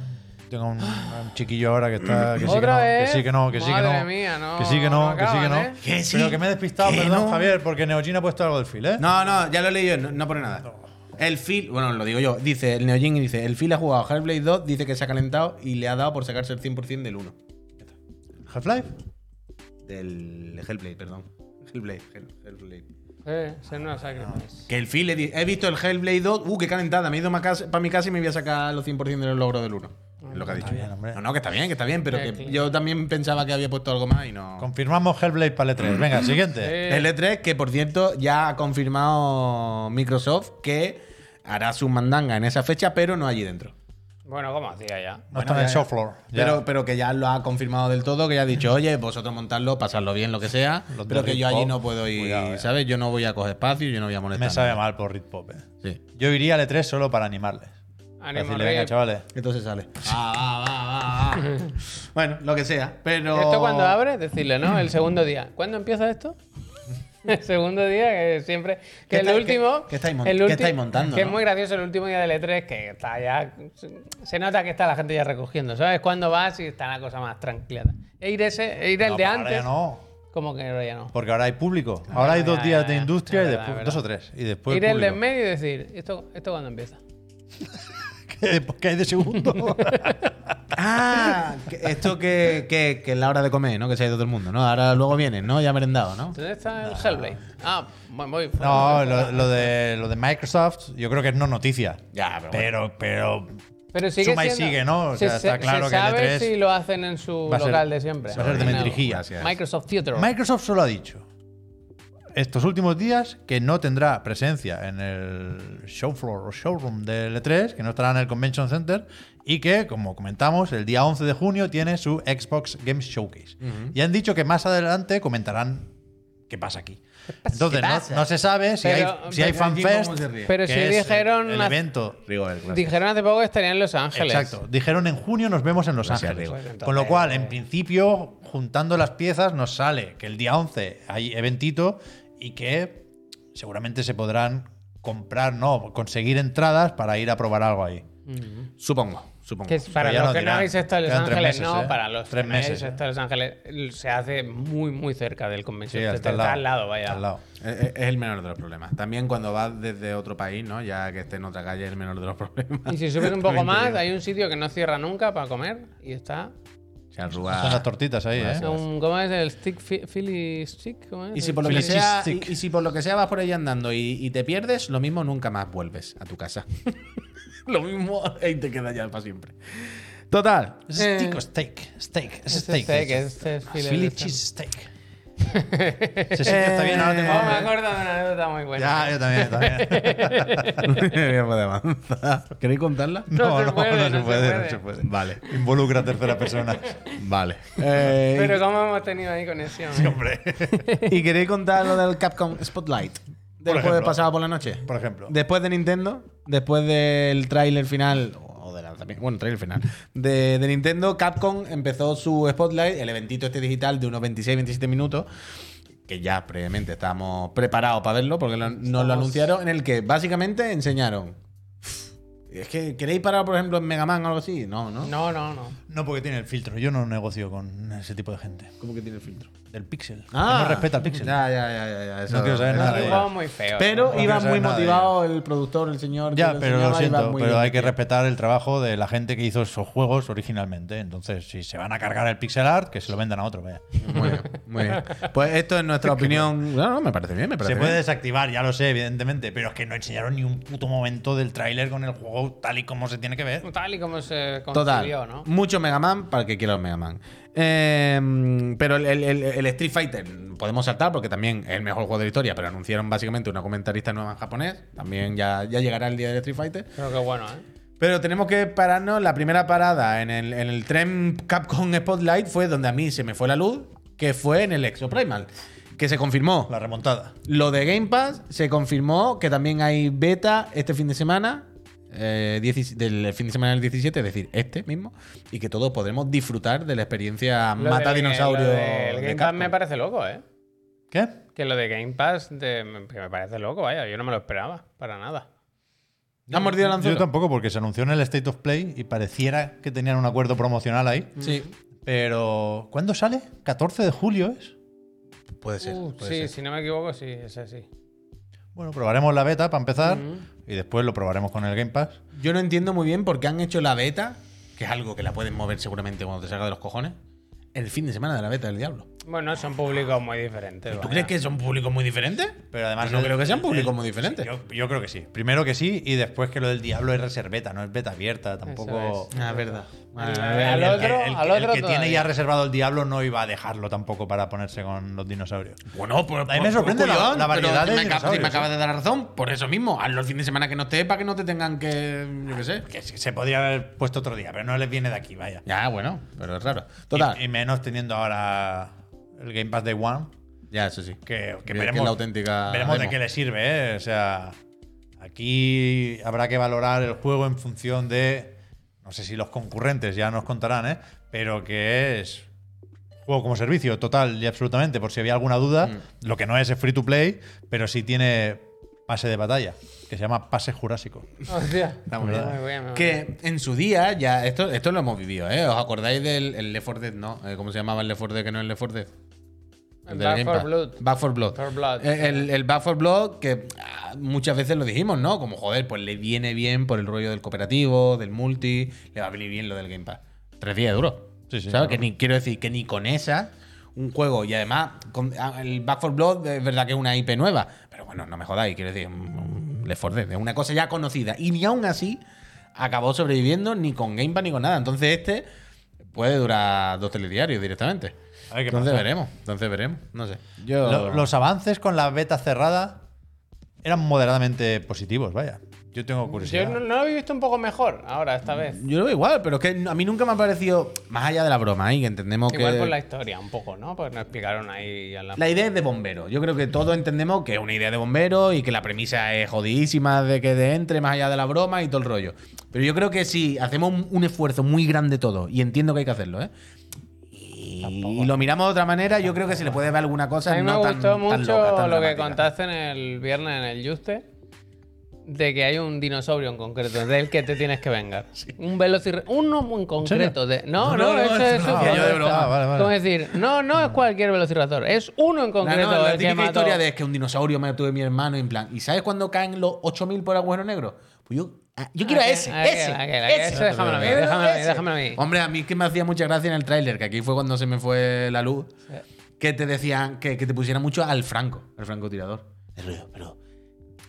Speaker 3: Tengo un, un chiquillo ahora que está. Que sí que
Speaker 2: ¿Otra
Speaker 3: no,
Speaker 2: vez?
Speaker 3: que sí que no, que sí que
Speaker 2: Madre
Speaker 3: no.
Speaker 2: mía, no,
Speaker 3: Que sí que
Speaker 2: no
Speaker 3: no, que sí que
Speaker 2: acaban,
Speaker 3: no.
Speaker 2: ¿eh?
Speaker 1: Que sí,
Speaker 3: Pero que me he despistado,
Speaker 1: que
Speaker 3: perdón,
Speaker 1: no.
Speaker 3: Javier, porque Neogin ha puesto algo del fil, ¿eh?
Speaker 1: No, no, ya lo he leído, no, no pone nada. El Phil, bueno, lo digo yo, dice el Neojin dice, el Phil ha jugado a Hellblade 2, dice que se ha calentado y le ha dado por sacarse el 100% del 1.
Speaker 3: Half-Life.
Speaker 1: Del Hellblade, perdón. Hellblade, Hell- Hellblade.
Speaker 2: Eh, ser una sacrifice.
Speaker 1: Que el Phil, le di- he visto el Hellblade 2, uh, qué calentada, me he ido para mi casa y me voy a sacar los 100% de los logros del 1. Es lo que ha dicho.
Speaker 3: Ah, bien, hombre.
Speaker 1: no, no, que está bien, que está bien, pero
Speaker 2: Eh,
Speaker 1: que
Speaker 2: claro.
Speaker 1: yo también pensaba que había puesto algo más y no.
Speaker 3: Confirmamos Hellblade para el 3
Speaker 2: Mm.
Speaker 3: Venga, siguiente.
Speaker 2: Eh,
Speaker 1: El E3, que por cierto ya ha confirmado Microsoft que hará su mandanga en esa fecha, pero no allí dentro.
Speaker 2: Bueno, ¿cómo hacía ya?
Speaker 3: No está en el
Speaker 1: ya,
Speaker 3: show floor. Ya.
Speaker 1: Pero, pero que ya lo ha confirmado del todo, que ya ha dicho, oye, vosotros montadlo, pasadlo bien, lo que sea,
Speaker 3: Los de
Speaker 1: pero que yo
Speaker 3: Ritpop,
Speaker 1: allí no puedo ir,
Speaker 3: cuidado, eh.
Speaker 1: ¿sabes? Yo no voy a coger espacio, yo no voy a molestar.
Speaker 3: me sabe
Speaker 1: a nadie.
Speaker 3: mal por Rit Pop, ¿eh?
Speaker 1: Sí.
Speaker 3: Yo iría al E3 solo para animarles. Para
Speaker 2: Ánimo,
Speaker 3: decirle,
Speaker 2: Rip.
Speaker 3: venga, chavales.
Speaker 1: Entonces sale. Ah, va, va, va, va. bueno, lo que sea, pero...
Speaker 2: Esto cuando abre, decirle, ¿no? El segundo día. ¿Cuándo empieza esto? El segundo día, que siempre. Que
Speaker 1: ¿Qué
Speaker 2: el
Speaker 1: está-
Speaker 2: último.
Speaker 1: qué- qué estáis mon-
Speaker 2: el
Speaker 1: qué
Speaker 2: ulti-
Speaker 1: estáis montando,
Speaker 2: Que es
Speaker 1: no?
Speaker 2: muy gracioso el último día del E3, que está ya. Se nota que está la gente ya recogiendo, ¿sabes? Cuando vas y está la cosa más tranquila. E ir, ese, e ir el de
Speaker 3: No, pero ahora
Speaker 2: antes.
Speaker 3: ya no.
Speaker 2: Como que ahora ya
Speaker 1: Pues,
Speaker 2: no.
Speaker 3: Porque ahora hay público. Ahora hay dos
Speaker 2: ya,
Speaker 3: días
Speaker 2: ya,
Speaker 3: de
Speaker 2: ya.
Speaker 3: industria
Speaker 2: Es
Speaker 3: y
Speaker 2: verdad,
Speaker 3: después.
Speaker 2: es
Speaker 3: Dos o
Speaker 2: verdad.
Speaker 3: tres. Y
Speaker 1: pues
Speaker 3: después.
Speaker 2: ir el de en
Speaker 3: público.
Speaker 2: medio y decir, ¿esto, esto cuándo empieza?
Speaker 3: ¿Qué ¿Qué hay de segundo?
Speaker 1: Ah, que esto que, que, que es la hora de comer, ¿no? Que se ha ido todo el mundo, ¿no? Ahora luego vienen, ¿no? Ya merendado, ¿no?
Speaker 2: ¿Dónde está el Hellblade? Ah, voy. voy
Speaker 3: No, lo, lo de, lo de Microsoft, yo creo que es no noticia.
Speaker 1: Ya, pero
Speaker 3: Pero, pero
Speaker 2: Pero sigue
Speaker 3: Suma y
Speaker 2: siendo-
Speaker 3: sigue, ¿no? O sea,
Speaker 2: se,
Speaker 3: está
Speaker 2: se-
Speaker 3: claro
Speaker 2: se
Speaker 3: que el
Speaker 2: sabe
Speaker 3: E3
Speaker 2: si lo hacen en su
Speaker 3: va a ser-
Speaker 2: local de siempre.
Speaker 3: va a ser de
Speaker 2: No.
Speaker 3: mentirigía.
Speaker 1: Gracias.
Speaker 2: Microsoft Theater.
Speaker 3: Microsoft solo ha dicho estos últimos días que no tendrá presencia en el show floor o showroom del E3, que no estará en el Convention Center y que, como comentamos, el día 11 de junio tiene su Xbox Games Showcase. Y han dicho que más adelante comentarán qué pasa aquí. Entonces,
Speaker 2: ¿Qué
Speaker 3: no-
Speaker 2: pasa?
Speaker 3: no, se sabe si
Speaker 2: Pero-
Speaker 3: hay, si hay
Speaker 1: pero aquí
Speaker 3: fanfest,
Speaker 1: cómo se ríe.
Speaker 2: Pero
Speaker 3: que
Speaker 2: si
Speaker 3: es el-
Speaker 2: dijeron
Speaker 3: el
Speaker 2: hace-
Speaker 3: evento
Speaker 1: Rigobert, gracias.
Speaker 2: Dijeron hace poco que estarían en Los Ángeles.
Speaker 3: Exacto. Dijeron en junio nos vemos en Los
Speaker 1: Gracias,
Speaker 3: Ángeles.
Speaker 1: Diego.
Speaker 2: Entonces,
Speaker 3: Con lo cual, en principio, juntando las piezas, nos sale que el día 11 hay eventito y que seguramente se podrán comprar, no, conseguir entradas para ir a probar algo ahí.
Speaker 1: Supongo, supongo.
Speaker 2: Mm. Que es para
Speaker 3: Pero ya
Speaker 2: los
Speaker 3: lo
Speaker 2: que no
Speaker 3: dirán.
Speaker 2: habéis estado en Los
Speaker 3: Quedan tres
Speaker 2: Ángeles,
Speaker 3: meses,
Speaker 2: no,
Speaker 3: ¿eh?
Speaker 2: para los
Speaker 3: Tres
Speaker 2: que no habéis
Speaker 3: meses,
Speaker 2: estado en Los Ángeles, se hace muy, muy cerca del convention.
Speaker 3: Sí,
Speaker 2: Center.
Speaker 3: hasta al
Speaker 2: Está
Speaker 3: lado.
Speaker 2: al lado, vaya.
Speaker 3: Al lado.
Speaker 1: Es Eh, es el menor de los problemas. También cuando vas desde otro país, ¿no? Ya que esté en otra calle, es el menor de los problemas.
Speaker 2: Y si subes un poco
Speaker 1: También te
Speaker 2: más,
Speaker 1: digo.
Speaker 2: hay un sitio que no cierra nunca para comer y está.
Speaker 1: Se
Speaker 2: Ah.
Speaker 1: arruga.
Speaker 3: Son las tortitas ahí, ¿eh?
Speaker 2: Un, ¿Cómo es el stick? Fi- Philly stick. ¿Cómo es?
Speaker 1: Y si
Speaker 2: El
Speaker 1: por lo que
Speaker 3: Philly
Speaker 2: Philly-
Speaker 1: sea,
Speaker 3: cheese
Speaker 1: y,
Speaker 3: stick.
Speaker 1: y si por lo que sea vas por ahí andando y, y te pierdes, lo mismo nunca más vuelves a tu casa. Lo mismo ahí te queda ya para siempre. Total.
Speaker 3: Es
Speaker 2: Eh.
Speaker 3: steak o steak. Steak. Es
Speaker 2: Es
Speaker 3: steak.
Speaker 2: steak,
Speaker 3: eso.
Speaker 2: es- este es
Speaker 3: Ah,
Speaker 2: filete
Speaker 3: Philly
Speaker 2: de
Speaker 3: cheese steak. Sí, sí, está bien, ahora tengo
Speaker 2: Oh, me
Speaker 3: hambre.
Speaker 2: acuerdo de una anécdota muy buena.
Speaker 3: Ya, yo también, también.
Speaker 1: Bien, pues, avanza. ¿Queréis contarla?
Speaker 2: No se puede, no se puede.
Speaker 3: Vale. Involucra a tercera persona. Vale.
Speaker 1: Eh,
Speaker 2: Pero cómo hemos tenido ahí conexión. eh?
Speaker 3: Hombre.
Speaker 1: ¿Y queréis contar lo del Capcom Spotlight? Del
Speaker 3: ejemplo.
Speaker 1: jueves pasado por la noche.
Speaker 3: Por ejemplo.
Speaker 1: Después de Nintendo, después del tráiler final, o de lanzamiento, bueno, tráiler final, de, de Nintendo, Capcom empezó su Spotlight, el eventito este digital de unos 26-27 minutos, que ya previamente estábamos preparados para verlo, porque lo- nos lo
Speaker 2: Estamos-
Speaker 1: anunciaron, en el que básicamente enseñaron. Es que, ¿queréis parar, por ejemplo, en Mega Man o algo así? No, ¿no?
Speaker 2: No, no, no.
Speaker 3: No, porque tiene el filtro. Yo no negocio con ese tipo de gente.
Speaker 1: ¿Cómo que tiene el filtro?
Speaker 3: Del pixel. no respeta el pixel.
Speaker 1: Ah. Ya, ya, ya, ya. ya, eso-
Speaker 3: quiero saber
Speaker 1: eso
Speaker 3: nada
Speaker 1: da
Speaker 3: de
Speaker 1: igual.
Speaker 2: Jugaba muy feo.
Speaker 1: Pero
Speaker 2: ¿no?
Speaker 3: quiero
Speaker 1: iba
Speaker 3: saber
Speaker 1: muy
Speaker 3: nada de
Speaker 1: motivado el productor, el señor. que
Speaker 3: Ya,
Speaker 1: pues lo
Speaker 3: pero lo
Speaker 1: enseñaba, iba
Speaker 3: siento,
Speaker 1: muy
Speaker 3: pero hay
Speaker 1: bien.
Speaker 3: que respetar el trabajo de la gente que hizo esos juegos originalmente. Entonces, si se van a cargar el pixel art, que se lo vendan a otro, vaya.
Speaker 1: Muy bien, muy bien. Pues esto es nuestra opinión. No, no, me parece bien, me parece
Speaker 3: Se puede
Speaker 1: bien.
Speaker 3: desactivar, ya lo sé, evidentemente, pero es que no enseñaron ni un puto momento del tráiler con el juego tal y como se tiene que ver.
Speaker 2: Tal y como se
Speaker 1: Total,
Speaker 2: concibió, ¿no?
Speaker 1: mucho Mega Man para el que quiera el Mega Man. Eh, pero el, el- el- el Street Fighter podemos saltar porque también es el mejor juego de la historia, pero anunciaron básicamente una comentarista nueva en japonés. También ya, ya llegará el día del Street Fighter.
Speaker 2: Pero que bueno, ¿eh?
Speaker 1: Pero tenemos que pararnos. La primera parada en el, en el tren Capcom Spotlight fue donde a mí se me fue la luz, que fue en el Exoprimal, que se confirmó.
Speaker 3: La remontada.
Speaker 1: Lo de Game Pass se confirmó que también hay beta este fin de semana. eh, 10 del fin de semana del 17, es decir, este mismo, y que todos podremos disfrutar de la experiencia
Speaker 2: Lo
Speaker 1: mata
Speaker 2: del-
Speaker 1: dinosaurio.
Speaker 2: lo del
Speaker 1: de
Speaker 2: Game Pass
Speaker 1: Capcom.
Speaker 2: me parece loco, ¿eh?
Speaker 3: ¿Qué?
Speaker 2: Que lo de Game Pass de- que me parece loco, vaya. Yo no me lo esperaba, para nada.
Speaker 1: ¿Te has mordido el
Speaker 3: Yo
Speaker 1: anzuelo?
Speaker 3: tampoco, porque se anunció en el State of Play y pareciera que tenían un acuerdo promocional ahí.
Speaker 1: Sí,
Speaker 3: Pero, ¿cuándo sale? 14 de julio es.
Speaker 1: puede ser.
Speaker 2: Uh,
Speaker 1: puede
Speaker 2: sí,
Speaker 1: ser.
Speaker 2: si no me equivoco, sí, es así.
Speaker 3: Bueno, probaremos la beta para empezar y después lo probaremos con el Game Pass.
Speaker 1: Yo no entiendo muy bien por qué han hecho la beta, que es algo que la pueden mover seguramente cuando te salga de los cojones, el fin de semana de la beta del diablo.
Speaker 2: Bueno, son públicos muy diferentes.
Speaker 1: ¿Tú
Speaker 2: vaya.
Speaker 1: crees que son públicos muy diferentes?
Speaker 3: Pero además
Speaker 1: Yo no
Speaker 3: el-
Speaker 1: creo que sean públicos
Speaker 3: el-
Speaker 1: muy diferentes.
Speaker 3: Yo, yo creo que sí. Primero que sí y después que lo del diablo es reserveta, no es beta abierta, tampoco.
Speaker 2: es.
Speaker 1: Ah, es verdad.
Speaker 2: Ah,
Speaker 3: El,
Speaker 2: Al otro-
Speaker 3: el-
Speaker 2: al
Speaker 3: el
Speaker 2: otro
Speaker 3: que tiene
Speaker 2: todavía.
Speaker 3: ya reservado el diablo no iba a dejarlo tampoco para ponerse con los dinosaurios.
Speaker 1: Bueno, pues
Speaker 3: A mí me sorprende la- la variedad de
Speaker 1: me, acaba,
Speaker 3: dinosaurios, ¿eh?
Speaker 1: me acabas de dar razón. Por eso mismo, hazlo el fin de semana que no esté para que no te tengan que. Yo qué sé.
Speaker 3: Que se se podría haber puesto otro día, pero no les viene de aquí, vaya.
Speaker 1: Ya, bueno, pero es raro. Total.
Speaker 3: Y, y menos teniendo ahora el Game Pass Day One,
Speaker 1: ya, eso sí.
Speaker 3: que,
Speaker 1: Que-
Speaker 3: que
Speaker 1: que
Speaker 3: veremos,
Speaker 1: es la auténtica
Speaker 3: veremos de
Speaker 1: demo.
Speaker 3: qué le sirve, ¿eh? O sea, aquí habrá que valorar el juego en función de, no sé si los concurrentes ya nos contarán, ¿eh? Pero que es juego como servicio, total y absolutamente, por si había alguna duda,
Speaker 1: Mm.
Speaker 3: lo que no es es free to play, pero sí tiene pase de batalla, que se llama pase jurásico.
Speaker 2: Hostia.
Speaker 1: Está muy bien.
Speaker 2: Muy bien, muy bien.
Speaker 1: Que en su día, ya, esto, esto lo hemos vivido, ¿eh? ¿Os acordáis del el Left 4 Dead? ¿No? Eh, ¿Cómo se llamaba el Left 4 Dead que no es el Left 4 Dead? El del
Speaker 2: Back
Speaker 1: Game
Speaker 2: 4
Speaker 1: Pass.
Speaker 2: Blood.
Speaker 1: Back 4 Blood.
Speaker 2: For Blood,
Speaker 1: Eh, El, el Back 4 Blood, que ah, muchas veces lo dijimos, ¿no? Como, joder, pues le viene bien por el rollo del cooperativo, del multi, le va a venir bien lo del Game Pass. Tres días de duro.
Speaker 3: Sí, sí,
Speaker 1: ¿Sabes?
Speaker 3: claro.
Speaker 1: Que ni, quiero decir que ni con esa, un juego, y además, con- ah, el Back 4 Blood es verdad que es una IP nueva, pero bueno, no me jodáis, quiero decir, un- un Left 4 Dead, es una cosa ya conocida. Y ni aún así acabó sobreviviendo ni con Game Pass ni con nada. Entonces este puede durar dos telediarios directamente.
Speaker 3: A ver qué
Speaker 1: Entonces
Speaker 3: pasa.
Speaker 1: veremos, entonces veremos, no sé. Yo...
Speaker 3: Lo- los avances con la beta cerrada eran moderadamente positivos, vaya. Yo tengo curiosidad.
Speaker 2: Yo no, no lo he visto un poco mejor ahora, esta vez.
Speaker 1: Yo lo veo igual, pero es que a mí nunca me ha parecido, más allá de la broma, ¿eh? que entendemos
Speaker 2: Igual
Speaker 1: que...
Speaker 2: por la historia, un poco, ¿no? Porque nos explicaron ahí a la...
Speaker 1: La idea es de bombero. Yo creo que todos entendemos que es una idea de bombero y que la premisa es jodidísima de que de entre más allá de la broma y todo el rollo. Pero yo creo que si hacemos un, un esfuerzo muy grande todo, y entiendo que hay que hacerlo, ¿eh? Y lo miramos de otra manera, yo creo que se le puede ver alguna cosa.
Speaker 2: A mí me
Speaker 1: no tan-
Speaker 2: gustó
Speaker 1: tan
Speaker 2: mucho
Speaker 1: loca, tan
Speaker 2: lo que
Speaker 1: dramática.
Speaker 2: contaste en el viernes en el Juste de que hay un dinosaurio en concreto del que te tienes que vengar. Un velociraptor, uno en concreto. de- no, no, eso es
Speaker 1: no,
Speaker 2: un-
Speaker 1: yo de broma.
Speaker 3: Ah, vale, vale.
Speaker 2: Como decir, no, no es cualquier velociraptor, es uno en
Speaker 1: No,
Speaker 2: concreto. eh,
Speaker 1: no, la
Speaker 2: el que
Speaker 1: típica
Speaker 2: mató.
Speaker 1: historia de es que un dinosaurio mató a mi hermano en plan. ¿Y sabes cuándo caen los 8000 por agujero negro? Pues yo, ah, yo quiero a
Speaker 2: Aquel,
Speaker 1: ese,
Speaker 2: aquel,
Speaker 1: ese,
Speaker 2: aquel, aquel,
Speaker 1: ese.
Speaker 2: ese déjamelo a mí,
Speaker 1: Yo quiero
Speaker 2: déjamelo a mí,
Speaker 1: ese.
Speaker 2: déjamelo a mí.
Speaker 1: Hombre, a mí es que me hacía mucha gracia en el tráiler, que aquí fue cuando se me fue la luz, que te decían que, que te pusiera mucho al Franco, al francotirador. El ruido, pero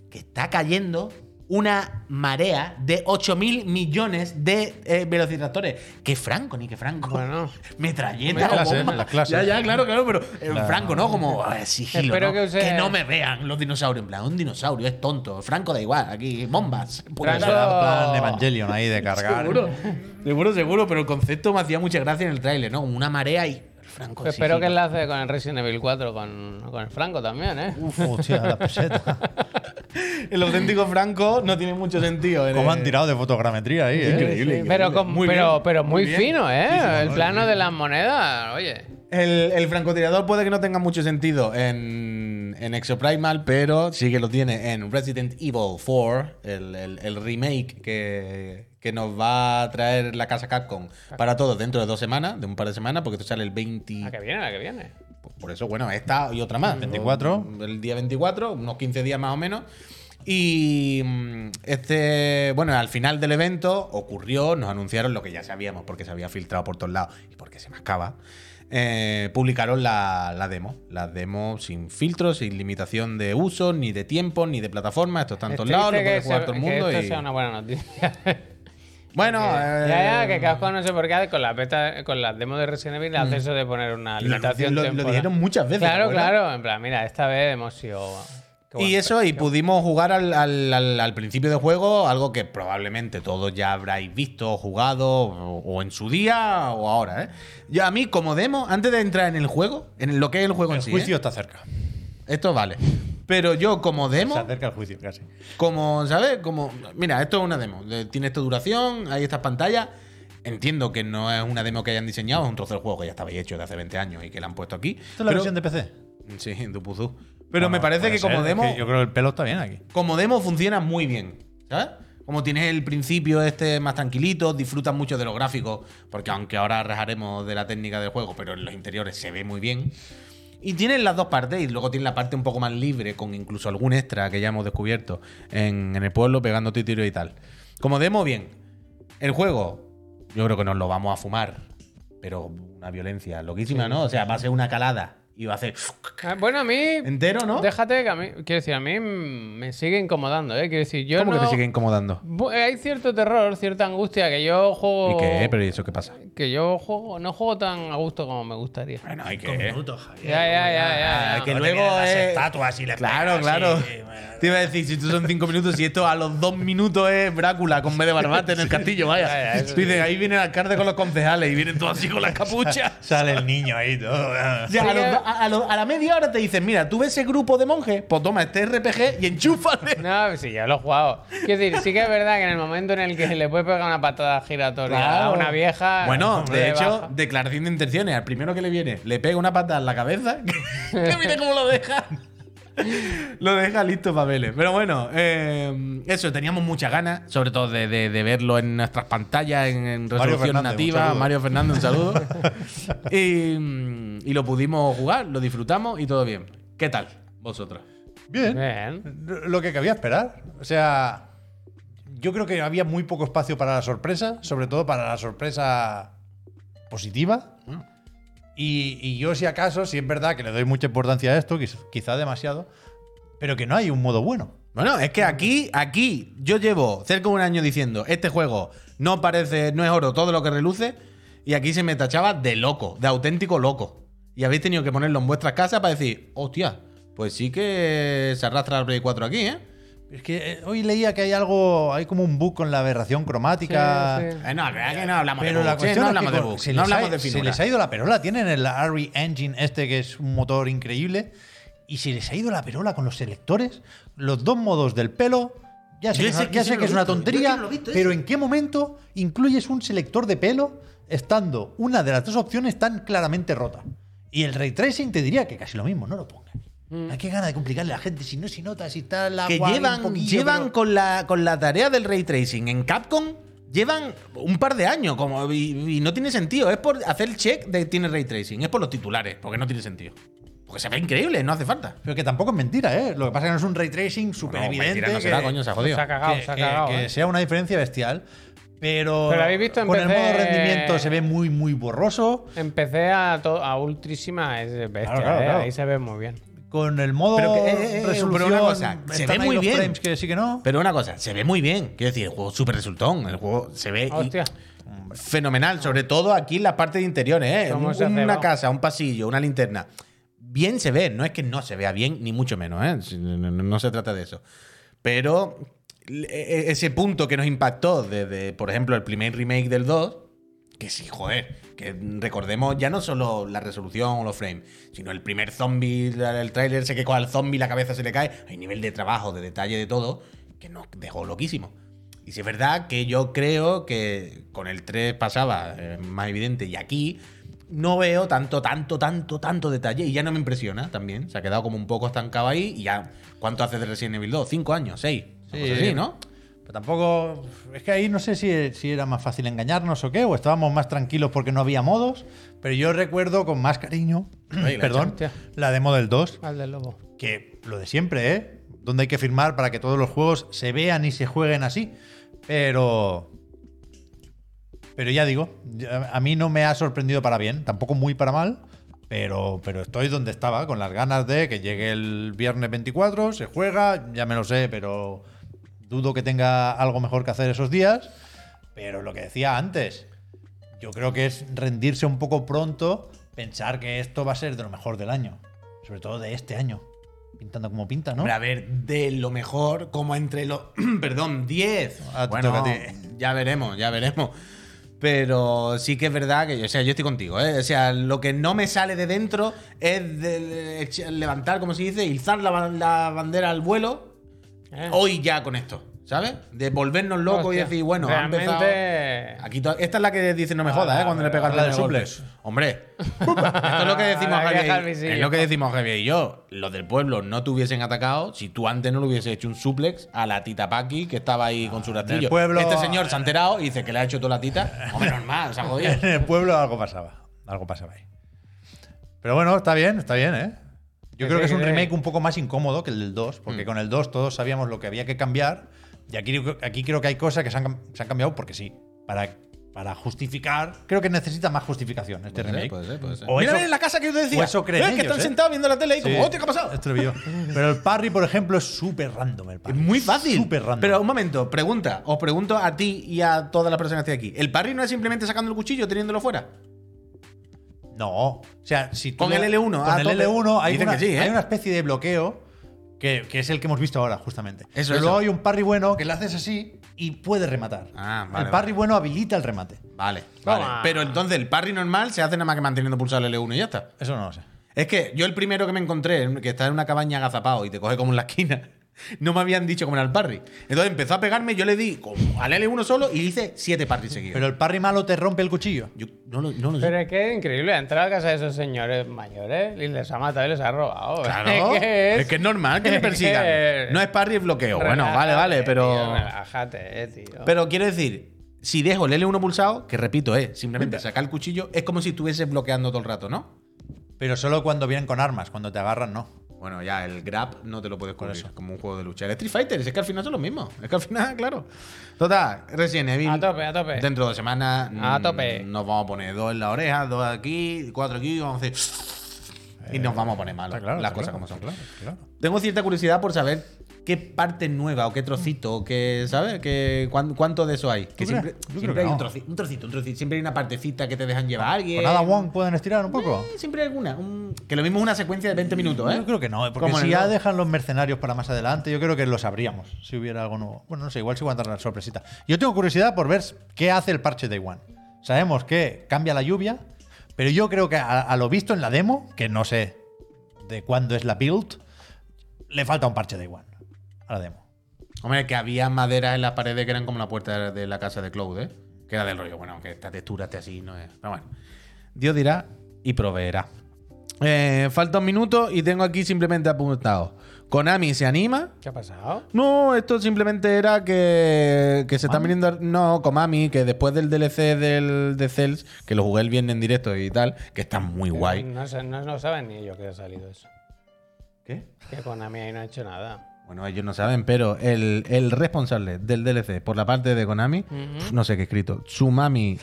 Speaker 1: que está cayendo una marea de 8.000 millones de eh, velociraptores. Que Franco, ni que Franco.
Speaker 2: Bueno.
Speaker 1: Pues Metralleta
Speaker 2: Las
Speaker 1: o
Speaker 3: clases,
Speaker 1: bomba.
Speaker 3: las clases.
Speaker 1: Ya, ya, claro, claro, pero en
Speaker 3: Claro.
Speaker 1: Franco, ¿no? Como ah, sigilo,
Speaker 2: Espero
Speaker 1: ¿no?
Speaker 2: que use-
Speaker 1: no me vean los dinosaurios. En plan, un dinosaurio es tonto. Franco da igual. Aquí, bombas.
Speaker 3: Puede ser
Speaker 2: Franco-
Speaker 3: plan Evangelion ahí de cargar.
Speaker 1: Seguro, seguro, seguro, pero el concepto me hacía mucha gracia en el tráiler, ¿no? Como una marea y el Franco.
Speaker 2: Pues
Speaker 1: sí,
Speaker 2: espero
Speaker 1: sí.
Speaker 2: que enlace con el Resident Evil 4 con, con el Franco también, ¿eh?
Speaker 3: Uf, hostia, la peseta.
Speaker 1: El auténtico Franco no tiene mucho sentido. en
Speaker 3: ¿Cómo
Speaker 1: el-
Speaker 3: han tirado de fotogrametría ahí? eh?
Speaker 1: Increíble. increíble.
Speaker 2: Pero con-
Speaker 1: Muy
Speaker 2: pero,
Speaker 1: bien,
Speaker 2: pero muy,
Speaker 1: muy bien.
Speaker 2: fino, ¿eh?
Speaker 1: Sí, sí, no,
Speaker 2: el
Speaker 1: no,
Speaker 2: plano
Speaker 1: muy
Speaker 2: de las monedas, oye.
Speaker 1: El, el francotirador puede que no tenga mucho sentido en, en Exoprimal, pero sí que lo tiene en Resident Evil 4, el, el- el remake que, que nos va a traer la casa Capcom para todos dentro de dos semanas, de un par de semanas, porque esto sale el 20.
Speaker 2: La Ah, que viene, la que viene.
Speaker 1: Por eso, bueno, esta y otra más.
Speaker 3: 24.
Speaker 1: El día 24, unos 15 días más o menos. Y mm, este, bueno, al final del evento ocurrió, nos anunciaron lo que ya sabíamos, porque se había filtrado por todos lados y porque se mascaba. eh, publicaron la, la demo. La demo sin filtro, sin limitación de uso, ni de tiempo, ni de plataforma. Esto está en
Speaker 2: Es
Speaker 1: todos lados, lo
Speaker 2: triste
Speaker 1: puede
Speaker 2: que
Speaker 1: jugar
Speaker 2: se-
Speaker 1: todo el
Speaker 2: que
Speaker 1: mundo.
Speaker 2: esto
Speaker 1: y-
Speaker 2: sea una buena noticia.
Speaker 1: Bueno,
Speaker 2: ya,
Speaker 1: eh, Mm.
Speaker 2: ya, que Casco no sé por qué hace con las beta- con las demos de Resident Evil hace eso de poner una
Speaker 1: Lo
Speaker 2: limitación
Speaker 1: anunci- lo- lo
Speaker 2: temporal.
Speaker 1: dijeron muchas veces,
Speaker 2: Claro,
Speaker 1: ¿te acuerdas?
Speaker 2: claro. En plan, mira, esta vez hemos sido. qué
Speaker 1: Y
Speaker 2: bueno.
Speaker 1: eso, y pudimos jugar al, al- al- al principio del juego, algo que probablemente todos ya habráis visto, jugado, o, o en su día, o ahora, ¿eh? Yo a mí, como demo, antes de entrar en el juego, en lo que es el juego en
Speaker 3: El
Speaker 1: sí,
Speaker 3: juicio
Speaker 1: ¿eh?
Speaker 3: está cerca.
Speaker 1: esto vale. Pero yo, como demo,
Speaker 3: Se acerca el juicio casi.
Speaker 1: como, ¿sabes? Como, mira, esto es una demo. de- Tiene esta duración, hay estas pantallas. Entiendo que no es una demo que hayan diseñado, es un trozo del juego que ya estaba hecho de hace 20 años y que la han puesto aquí.
Speaker 3: ¿Esta es la versión de PC?
Speaker 1: Sí, Dupuzú. Pero
Speaker 3: Bueno,
Speaker 1: me parece
Speaker 3: puede
Speaker 1: que
Speaker 3: ser,
Speaker 1: como
Speaker 3: es
Speaker 1: demo
Speaker 3: yo creo que el pelo está bien aquí.
Speaker 1: como demo funciona muy bien, ¿sabes? Como tienes el principio este más tranquilito, disfrutas mucho de los gráficos, porque aunque ahora rajaremos de la técnica del juego, pero en los interiores se ve muy bien. Y tienen las dos partes, y luego tienen la parte un poco más libre, con incluso algún extra que ya hemos descubierto en, en el pueblo, pegándote tiro y tal. Como demo, bien. El juego, yo creo que nos lo vamos a fumar, pero una violencia loquísima, ¿no? O sea, va a ser una calada y va a ser
Speaker 2: Ah, Bueno, a mí.
Speaker 1: entero, ¿no?
Speaker 2: Déjate que a mí. Quiero decir, a mí mm, me sigue incomodando, ¿eh? Quiero decir, yo.
Speaker 1: ¿Cómo que
Speaker 2: no-
Speaker 1: te sigue incomodando?
Speaker 2: Bu- eh, Hay cierto terror, cierta angustia que yo juego.
Speaker 1: ¿Y qué? ¿Pero y eso qué pasa?
Speaker 2: Que yo juego, no juego tan a gusto como me gustaría.
Speaker 1: Bueno, hay
Speaker 3: Cinco minutos, Javier.
Speaker 2: Ya, ya, ya, ya.
Speaker 1: Ah, que
Speaker 2: ya.
Speaker 1: luego
Speaker 3: las
Speaker 1: es-
Speaker 3: estatuas y las
Speaker 1: Claro,
Speaker 3: pegas,
Speaker 1: claro.
Speaker 3: sí, sí, bueno.
Speaker 1: Te iba a decir, si esto son cinco minutos, si esto a los dos minutos es Brácula con B de Barbate en el castillo,
Speaker 2: Ya, ya,
Speaker 1: vaya.
Speaker 2: eso
Speaker 1: Tú dices, ahí viene el alcalde con los concejales y vienen todos así con las capuchas.
Speaker 3: Sale el niño ahí todo.
Speaker 1: Ya,
Speaker 2: Sí
Speaker 1: a, los
Speaker 2: que-
Speaker 1: do- a- a los- a la media hora te dicen, mira, tú ves ese grupo de monjes, pues toma este RPG y enchúfale.
Speaker 2: No, sí, ya lo he jugado. Quiero decir, sí que es verdad que en el momento en el que le puedes pegar una patada giratoria a
Speaker 1: Claro.
Speaker 2: una vieja.
Speaker 1: Bueno,
Speaker 2: hombre,
Speaker 1: de hecho,
Speaker 2: baja.
Speaker 1: declaración de intenciones. Al primero que le viene, le pega una pata en la cabeza. que mira cómo lo deja. lo deja listo para Vélez. Pero bueno, eh, eso, teníamos muchas ganas, sobre todo de, de- de verlo en nuestras pantallas, en, en
Speaker 3: Mario
Speaker 1: resolución
Speaker 3: Fernández, un
Speaker 1: nativa.
Speaker 3: saludo.
Speaker 1: Mario Fernández, un saludo. y, mm, y lo pudimos jugar, lo disfrutamos y todo bien. ¿Qué tal vosotros?
Speaker 3: Bien.
Speaker 2: Bien.
Speaker 3: Lo que cabía esperar. O sea, yo creo que había muy poco espacio para la sorpresa, sobre todo para la sorpresa positiva. Y, y yo, si acaso, si es verdad que le doy mucha importancia a esto, quiz- quizá demasiado, pero que no hay un modo bueno.
Speaker 1: Bueno, es que aquí, aquí, yo llevo cerca de un año diciendo, este juego no parece, no es oro todo lo que reluce, y aquí se me tachaba de loco, de auténtico loco. Y habéis tenido que ponerlo en vuestras casas para decir, hostia, pues sí que se arrastra el Play 4 aquí, ¿eh?
Speaker 3: Es que eh, hoy leía que hay algo, hay como un bug con la aberración cromática.
Speaker 2: Sí, sí.
Speaker 1: Eh, no, la verdad es que no hablamos
Speaker 3: Pero
Speaker 1: de
Speaker 3: la
Speaker 1: bugs, ¿eh? no
Speaker 3: cuestión es que
Speaker 1: hablamos de
Speaker 3: con-
Speaker 1: bugs, no
Speaker 3: se les ha-
Speaker 1: hablamos de
Speaker 3: Se
Speaker 1: finura.
Speaker 3: les ha ido la perola. Tienen el RE Engine este que es un motor increíble. Y se les ha ido la perola con los selectores. Los dos modos del pelo. Ya sé,
Speaker 1: Yo
Speaker 3: que,
Speaker 1: ese-
Speaker 3: es- ya
Speaker 1: ese
Speaker 3: sé
Speaker 1: no
Speaker 3: que
Speaker 1: lo
Speaker 3: es
Speaker 1: he
Speaker 3: una
Speaker 1: visto, yo ese
Speaker 3: tontería.
Speaker 1: no lo he visto, ese.
Speaker 3: pero ¿en qué momento incluyes un selector de pelo estando una de las dos opciones tan claramente rota? Y el ray tracing te diría que casi lo mismo, no lo pongas. ¿A qué gana de complicarle a la gente si no se nota, si está la
Speaker 1: Mm. que llevan, llevan con, la, con la tarea del ray tracing en Capcom, llevan un par de años como, y, y no tiene sentido. Es por hacer el check de que tiene ray tracing, es por los titulares, porque no tiene sentido. Porque se ve increíble, no hace falta.
Speaker 3: Pero que tampoco es mentira, ¿eh? Lo que pasa es que no es un ray tracing súper
Speaker 1: No,
Speaker 3: evidente.
Speaker 1: mentira, no será,
Speaker 3: que-
Speaker 1: coño, se ha jodido.
Speaker 2: Se ha cagado,
Speaker 3: que,
Speaker 2: se ha
Speaker 3: que-
Speaker 2: cagado.
Speaker 3: que
Speaker 2: ¿eh?
Speaker 3: sea una diferencia bestial. Pero,
Speaker 2: Pero lo habéis visto en
Speaker 3: con el
Speaker 2: PC
Speaker 3: modo rendimiento se ve muy, muy borroso.
Speaker 2: Empecé a, to- a ultrísima es bestia,
Speaker 3: Claro, claro,
Speaker 2: ¿eh?
Speaker 3: claro.
Speaker 2: ahí se ve muy bien.
Speaker 3: con el modo
Speaker 1: Pero que- eh, eh,
Speaker 3: resolución.
Speaker 1: pero una cosa, se
Speaker 3: están
Speaker 1: ve
Speaker 3: ahí
Speaker 1: muy
Speaker 3: los
Speaker 1: bien.
Speaker 3: frames que sí que no.
Speaker 1: Pero una cosa, se ve muy bien. Quiero decir, el juego es súper resultón. El juego se ve y-
Speaker 2: Hostia.
Speaker 1: fenomenal. Sobre todo aquí en la parte de interiores. ¿eh?
Speaker 2: Ah. ¿Cómo
Speaker 1: Un-
Speaker 2: se hace,
Speaker 1: una
Speaker 2: vamos?
Speaker 1: casa, un pasillo, una linterna. Bien se ve. No es que no se vea bien, ni mucho menos. ¿eh? Si- No, no- no se trata de eso. Pero e- e- ese punto que nos impactó desde, por ejemplo, el primer remake del 2, que sí, joder, que recordemos ya no solo la resolución o los frames, sino el primer zombie, la- el tráiler, se que con el zombie la cabeza se le cae, hay nivel de trabajo, de detalle, de todo, que nos dejó loquísimo. Y si es verdad que yo creo que con el 3 pasaba, eh, más evidente, y aquí no veo tanto, tanto, tanto, tanto detalle y ya no me impresiona también. Se ha quedado como un poco estancado ahí y ya, ¿cuánto hace de Resident Evil 2? ¿Cinco años? ¿Seis? Una
Speaker 3: Sí.
Speaker 1: cosa así, ¿no?
Speaker 3: Pero tampoco. Es que ahí no sé si, si era más fácil engañarnos o qué, o estábamos más tranquilos porque no había modos. Pero yo recuerdo con más cariño,
Speaker 1: Ay, la
Speaker 3: perdón,
Speaker 2: hostia.
Speaker 3: la demo del 2,
Speaker 2: Al del lobo.
Speaker 3: que lo de siempre, ¿eh? Donde hay que firmar para que todos los juegos se vean y se jueguen así. Pero. Pero ya digo, ya- a mí no me ha sorprendido para bien, tampoco muy para mal. Pero, pero estoy donde estaba, con las ganas de que llegue el viernes 24, se juega, ya me lo sé, pero dudo que tenga algo mejor que hacer esos días. Pero lo que decía antes, yo creo que es rendirse un poco pronto, pensar que esto va a ser de lo mejor del año. Sobre todo de este año. Pintando como pinta, ¿no?
Speaker 1: Hombre, a ver, de lo mejor, como entre los. perdón, 10.
Speaker 3: Ah, te
Speaker 1: Bueno,
Speaker 3: toca a ti.
Speaker 1: ya veremos, ya veremos. Pero sí que es verdad que, o sea, yo estoy contigo, ¿eh? O sea, lo que no me sale de dentro es de ech- levantar, como se dice, izar la, ba- la bandera al vuelo
Speaker 2: Eh.
Speaker 1: hoy ya con esto, ¿sabes? De volvernos locos Oh, y
Speaker 2: Hostia.
Speaker 1: decir, bueno, ha empezado-
Speaker 2: Realmente-
Speaker 1: Aquí to- esta es la que dice no
Speaker 3: Ah,
Speaker 1: me jodas, ¿eh? Cuando le pegas
Speaker 3: la
Speaker 1: la
Speaker 3: de
Speaker 1: de
Speaker 3: suples.
Speaker 1: Hombre, esto es lo que decimos
Speaker 2: Ahora
Speaker 1: Javier,
Speaker 2: viaja al visillo.
Speaker 1: es lo que decimos Javier y yo. Los del pueblo no te hubiesen atacado si tú antes no le hubieses hecho un suplex a la tita Paqui que estaba ahí con su rastrillo.
Speaker 3: Ah, pueblo-
Speaker 1: este señor se ha enterado y dice que le ha hecho toda la tita. Hombre, normal, se ha jodido.
Speaker 3: En el pueblo algo pasaba. Algo pasaba ahí. Pero bueno, está bien, está bien, ¿eh?
Speaker 2: Que
Speaker 3: Yo creo
Speaker 2: sí,
Speaker 3: que es
Speaker 2: que
Speaker 3: un
Speaker 2: sí.
Speaker 3: remake un poco más incómodo que el del 2, porque con el 2 todos sabíamos lo que había que cambiar. Y aquí, aquí creo que hay cosas que se han, cam- se han cambiado porque sí. Para, para justificar. Creo que necesita más justificación este remake.
Speaker 1: puede ser, puede ser.
Speaker 3: O
Speaker 1: Mira
Speaker 3: eso-
Speaker 1: en la casa que yo decía.
Speaker 3: o eso creen
Speaker 1: Eh, que
Speaker 3: ellos,
Speaker 1: están
Speaker 3: ¿eh?
Speaker 1: sentados viendo la tele y
Speaker 3: Sí.
Speaker 1: como, hostia, ¿qué ha pasado?
Speaker 3: Esto lo vi yo. Pero el parry, por ejemplo, es súper random. El
Speaker 1: Es
Speaker 3: parry.
Speaker 1: muy fácil.
Speaker 3: Súper random.
Speaker 1: Pero un momento, pregunta. Os pregunto a ti y a todas las personas que estoy aquí. ¿El parry no es simplemente sacando el cuchillo, teniéndolo fuera?
Speaker 3: No. O sea, si tú
Speaker 1: Con
Speaker 3: le-
Speaker 1: el L1,
Speaker 3: Con
Speaker 1: a
Speaker 3: el
Speaker 1: tope.
Speaker 3: L1 hay
Speaker 1: Dicen
Speaker 3: una,
Speaker 1: que sí, ¿eh?
Speaker 3: hay una especie de bloqueo que, que es el que hemos visto ahora, justamente.
Speaker 1: Eso,
Speaker 3: Pero luego
Speaker 1: eso.
Speaker 3: hay un parry bueno que le haces así y puede rematar.
Speaker 1: Ah, vale,
Speaker 3: el parry bueno habilita el remate.
Speaker 1: Vale,
Speaker 2: Toma.
Speaker 1: vale. Pero entonces el parry normal se hace nada más que manteniendo pulsado el L1 y ya está.
Speaker 3: Eso no lo sé.
Speaker 1: Es que yo el primero que me encontré, que está en una cabaña agazapado y te coge como en la esquina, no me habían dicho cómo era el parry. Entonces empezó a pegarme, yo le di como al L1 solo y le hice siete parries seguidos.
Speaker 3: Pero el parry malo te rompe el cuchillo.
Speaker 1: yo no lo, no lo sé.
Speaker 2: Pero es que es increíble, ha entrado a casa de esos señores mayores y les ha matado y les ha robado.
Speaker 1: Claro,
Speaker 2: Es que es,
Speaker 1: normal que me
Speaker 2: es que
Speaker 1: persigan.
Speaker 2: es-
Speaker 1: No es parry, es bloqueo. Bueno, vale, vale,
Speaker 2: Relájate, tío,
Speaker 1: pero.
Speaker 2: relájate, eh, tío.
Speaker 1: Pero quiero decir, si dejo el L1 pulsado, que repito, es simplemente sacar el cuchillo, es como si estuviese bloqueando todo el rato, ¿no?
Speaker 3: Pero solo cuando vienen con armas, cuando te agarran, no.
Speaker 1: Bueno, ya el grab no te lo puedes cubrir. Es como un juego de lucha. El Street Fighter, es que al final son los mismos. Es que al final, claro. Total, Resident Evil.
Speaker 2: A tope, a tope.
Speaker 1: Dentro de semanas.
Speaker 2: A
Speaker 1: mm,
Speaker 2: tope.
Speaker 1: Nos vamos a poner dos en la oreja, dos aquí, cuatro aquí, vamos a hacer. Y nos vamos a poner malos. las
Speaker 3: Eh, está
Speaker 1: cosas
Speaker 3: claro,
Speaker 1: como son.
Speaker 3: está claro, está claro.
Speaker 1: Tengo cierta curiosidad por saber qué parte nueva o qué trocito, o qué, ¿sabes? Que, cuán- ¿Cuánto de eso hay? Que
Speaker 3: crees?
Speaker 1: siempre,
Speaker 3: Yo creo
Speaker 1: siempre
Speaker 3: que
Speaker 1: hay
Speaker 3: no.
Speaker 1: un, trocito, un trocito, un trocito. Siempre hay una partecita que te dejan llevar a alguien.
Speaker 3: ¿Con Ada Wong pueden estirar un poco?
Speaker 1: Eh, Siempre hay alguna. un- que lo mismo es una secuencia de 20 minutos, ¿eh?
Speaker 3: Yo creo que no, eh, porque
Speaker 1: Como en
Speaker 3: si
Speaker 1: el
Speaker 3: ya
Speaker 1: nuevo.
Speaker 3: dejan los mercenarios para más adelante, yo creo que lo sabríamos si hubiera algo nuevo. Bueno, no sé, igual se van a dar la sorpresita. Yo tengo curiosidad por ver qué hace el parche Day One. Sabemos que cambia la lluvia, pero yo creo que a, a lo visto en la demo, que no sé de cuándo es la build, le falta un parche Day One a la demo.
Speaker 1: Hombre, que había maderas en las paredes que eran como la puerta de la casa de Cloud, ¿eh? Que era del rollo, bueno, aunque esta textura esté así, no es. Pero bueno. Dios dirá y proveerá. Eh, falta un minuto y tengo aquí simplemente apuntado. Konami se anima.
Speaker 2: ¿Qué ha pasado?
Speaker 1: No, esto simplemente era que, que se están viniendo. ar- No, Konami, que después del DLC del, de Cells, que lo jugué el viernes en directo y tal, que está muy guay.
Speaker 2: No, sé- no, no saben ni ellos que ha salido eso.
Speaker 1: ¿Qué?
Speaker 2: Que Konami ahí no ha hecho nada.
Speaker 1: Bueno, ellos no saben, pero el, el responsable del DLC por la parte de Konami, no sé qué escrito, Tsumami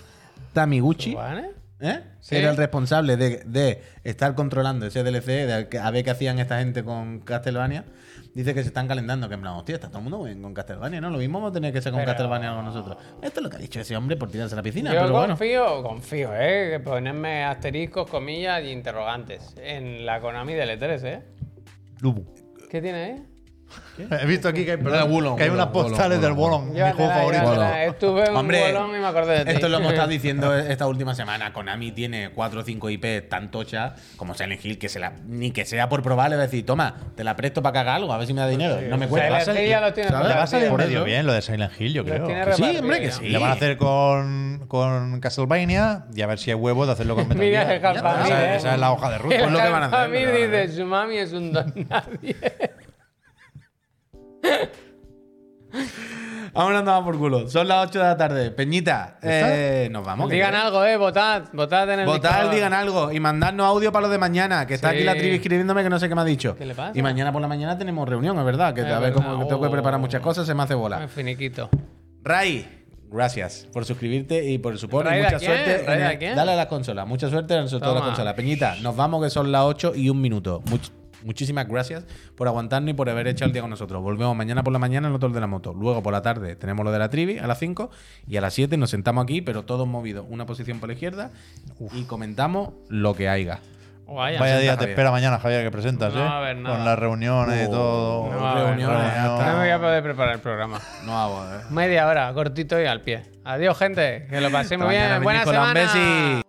Speaker 1: Tamiguchi,
Speaker 2: ¿Vale?
Speaker 1: ¿Eh?
Speaker 2: Sí.
Speaker 1: Era el responsable de, de estar controlando ese DLC, de a ver qué hacían esta gente con Castlevania. Dice que se están calentando, que en plan, hostia, está todo el mundo bien con Castlevania, ¿no? Lo mismo vamos a tener que ser con
Speaker 2: Pero-
Speaker 1: Castlevania con nosotros. Esto es lo que ha dicho ese hombre por tirarse a la piscina,
Speaker 2: Yo
Speaker 1: pero bueno.
Speaker 2: confío, confío, ¿eh? que Ponerme asteriscos, comillas y interrogantes en la Konami del E3, ¿eh?
Speaker 3: Lubu.
Speaker 2: ¿Qué tiene ahí?
Speaker 3: He visto aquí que hay,
Speaker 1: Wolong,
Speaker 3: que hay unas
Speaker 1: Wolong, Wolong,
Speaker 3: postales del
Speaker 1: Wolong.
Speaker 3: Bolon, mi
Speaker 2: Llévatela,
Speaker 3: juego favorito.
Speaker 2: llévatela. Estuve en
Speaker 1: Hombre,
Speaker 2: un bolón y me acordé de ti.
Speaker 1: Esto es lo que hemos estado diciendo esta última semana. Konami tiene 4 o 5 IP tan tochas como Silent Hill que se la, ni que sea por probar, le va a decir, toma, te la presto para que haga algo, a ver si me da dinero. no me
Speaker 2: O sea,
Speaker 1: cuesta.
Speaker 2: el Silent Hill ya lo tiene
Speaker 1: ¿Sabes?
Speaker 3: Le va a
Speaker 2: repartido.
Speaker 3: salir
Speaker 1: Por
Speaker 3: medio
Speaker 1: eso.
Speaker 3: bien lo de Silent Hill, yo
Speaker 2: Los
Speaker 3: creo.
Speaker 2: tiene
Speaker 3: Que sí.
Speaker 1: sí, hombre, que
Speaker 2: repartidos.
Speaker 1: sí.
Speaker 3: Le van a hacer con, con Castlevania y a ver si hay huevos de hacerlo con Metal
Speaker 2: Mira
Speaker 3: Gear.
Speaker 2: ese
Speaker 3: Ya está,
Speaker 2: Castlevania,
Speaker 3: esa,
Speaker 2: eh.
Speaker 3: esa es la hoja de ruta.
Speaker 2: El
Speaker 1: Pues lo que van a hacer,
Speaker 2: Alfamir
Speaker 1: lo que van a
Speaker 2: dice, su mami es un don nadie.
Speaker 1: Vamos andamos por culo. Son las 8 de la tarde. Peñita,
Speaker 3: ¿Ya
Speaker 1: eh, nos vamos. que
Speaker 2: digan
Speaker 1: ya-
Speaker 2: algo, eh, votad, votad en el
Speaker 1: Votad,
Speaker 2: Discord.
Speaker 1: digan algo. Y mandadnos audio para lo de mañana, que está
Speaker 2: Sí.
Speaker 1: aquí la tribu escribiéndome que no sé qué me ha dicho.
Speaker 2: ¿Qué le pasa?
Speaker 1: Y mañana por la mañana tenemos reunión, es verdad. Que
Speaker 2: Es
Speaker 1: a ver
Speaker 2: verdad.
Speaker 1: cómo que tengo que
Speaker 2: Oh.
Speaker 1: preparar muchas cosas, se me hace bola.
Speaker 2: Ah, Finiquito.
Speaker 1: Ray, gracias por suscribirte y por supuesto
Speaker 2: ¿Ray de
Speaker 1: mucha
Speaker 2: quién?
Speaker 1: suerte.
Speaker 2: ¿Ray
Speaker 1: en
Speaker 2: de
Speaker 1: el-
Speaker 2: quién?
Speaker 1: dale a las consolas, mucha suerte en el sorteo de las
Speaker 2: Toma.
Speaker 1: consolas. Peñita, nos vamos que son las 8 y un minuto. Much- muchísimas gracias por aguantarnos y por haber hecho el día con nosotros. Volvemos mañana por la mañana en otro de la moto. Luego por la tarde tenemos lo de la trivi a las 5 y a las 7 nos sentamos aquí, pero todos movidos, una posición para la izquierda y comentamos lo que haiga.
Speaker 2: Vaya.
Speaker 3: Vaya día
Speaker 1: Javier.
Speaker 3: te espera mañana, Javier, que presentas,
Speaker 2: No va a
Speaker 3: ¿eh?
Speaker 2: haber nada.
Speaker 3: Con las reuniones y
Speaker 1: Oh.
Speaker 3: todo.
Speaker 2: no, va a haber
Speaker 1: reuniones,
Speaker 2: nada.
Speaker 1: ya está.
Speaker 2: no me voy a poder preparar el programa.
Speaker 1: No hago, eh.
Speaker 2: Media hora, cortito y al pie. Adiós, gente. Que lo paséis
Speaker 1: Hasta
Speaker 2: muy
Speaker 1: mañana,
Speaker 2: bien. Buena
Speaker 1: Nicolás,
Speaker 2: semana.
Speaker 1: un besi.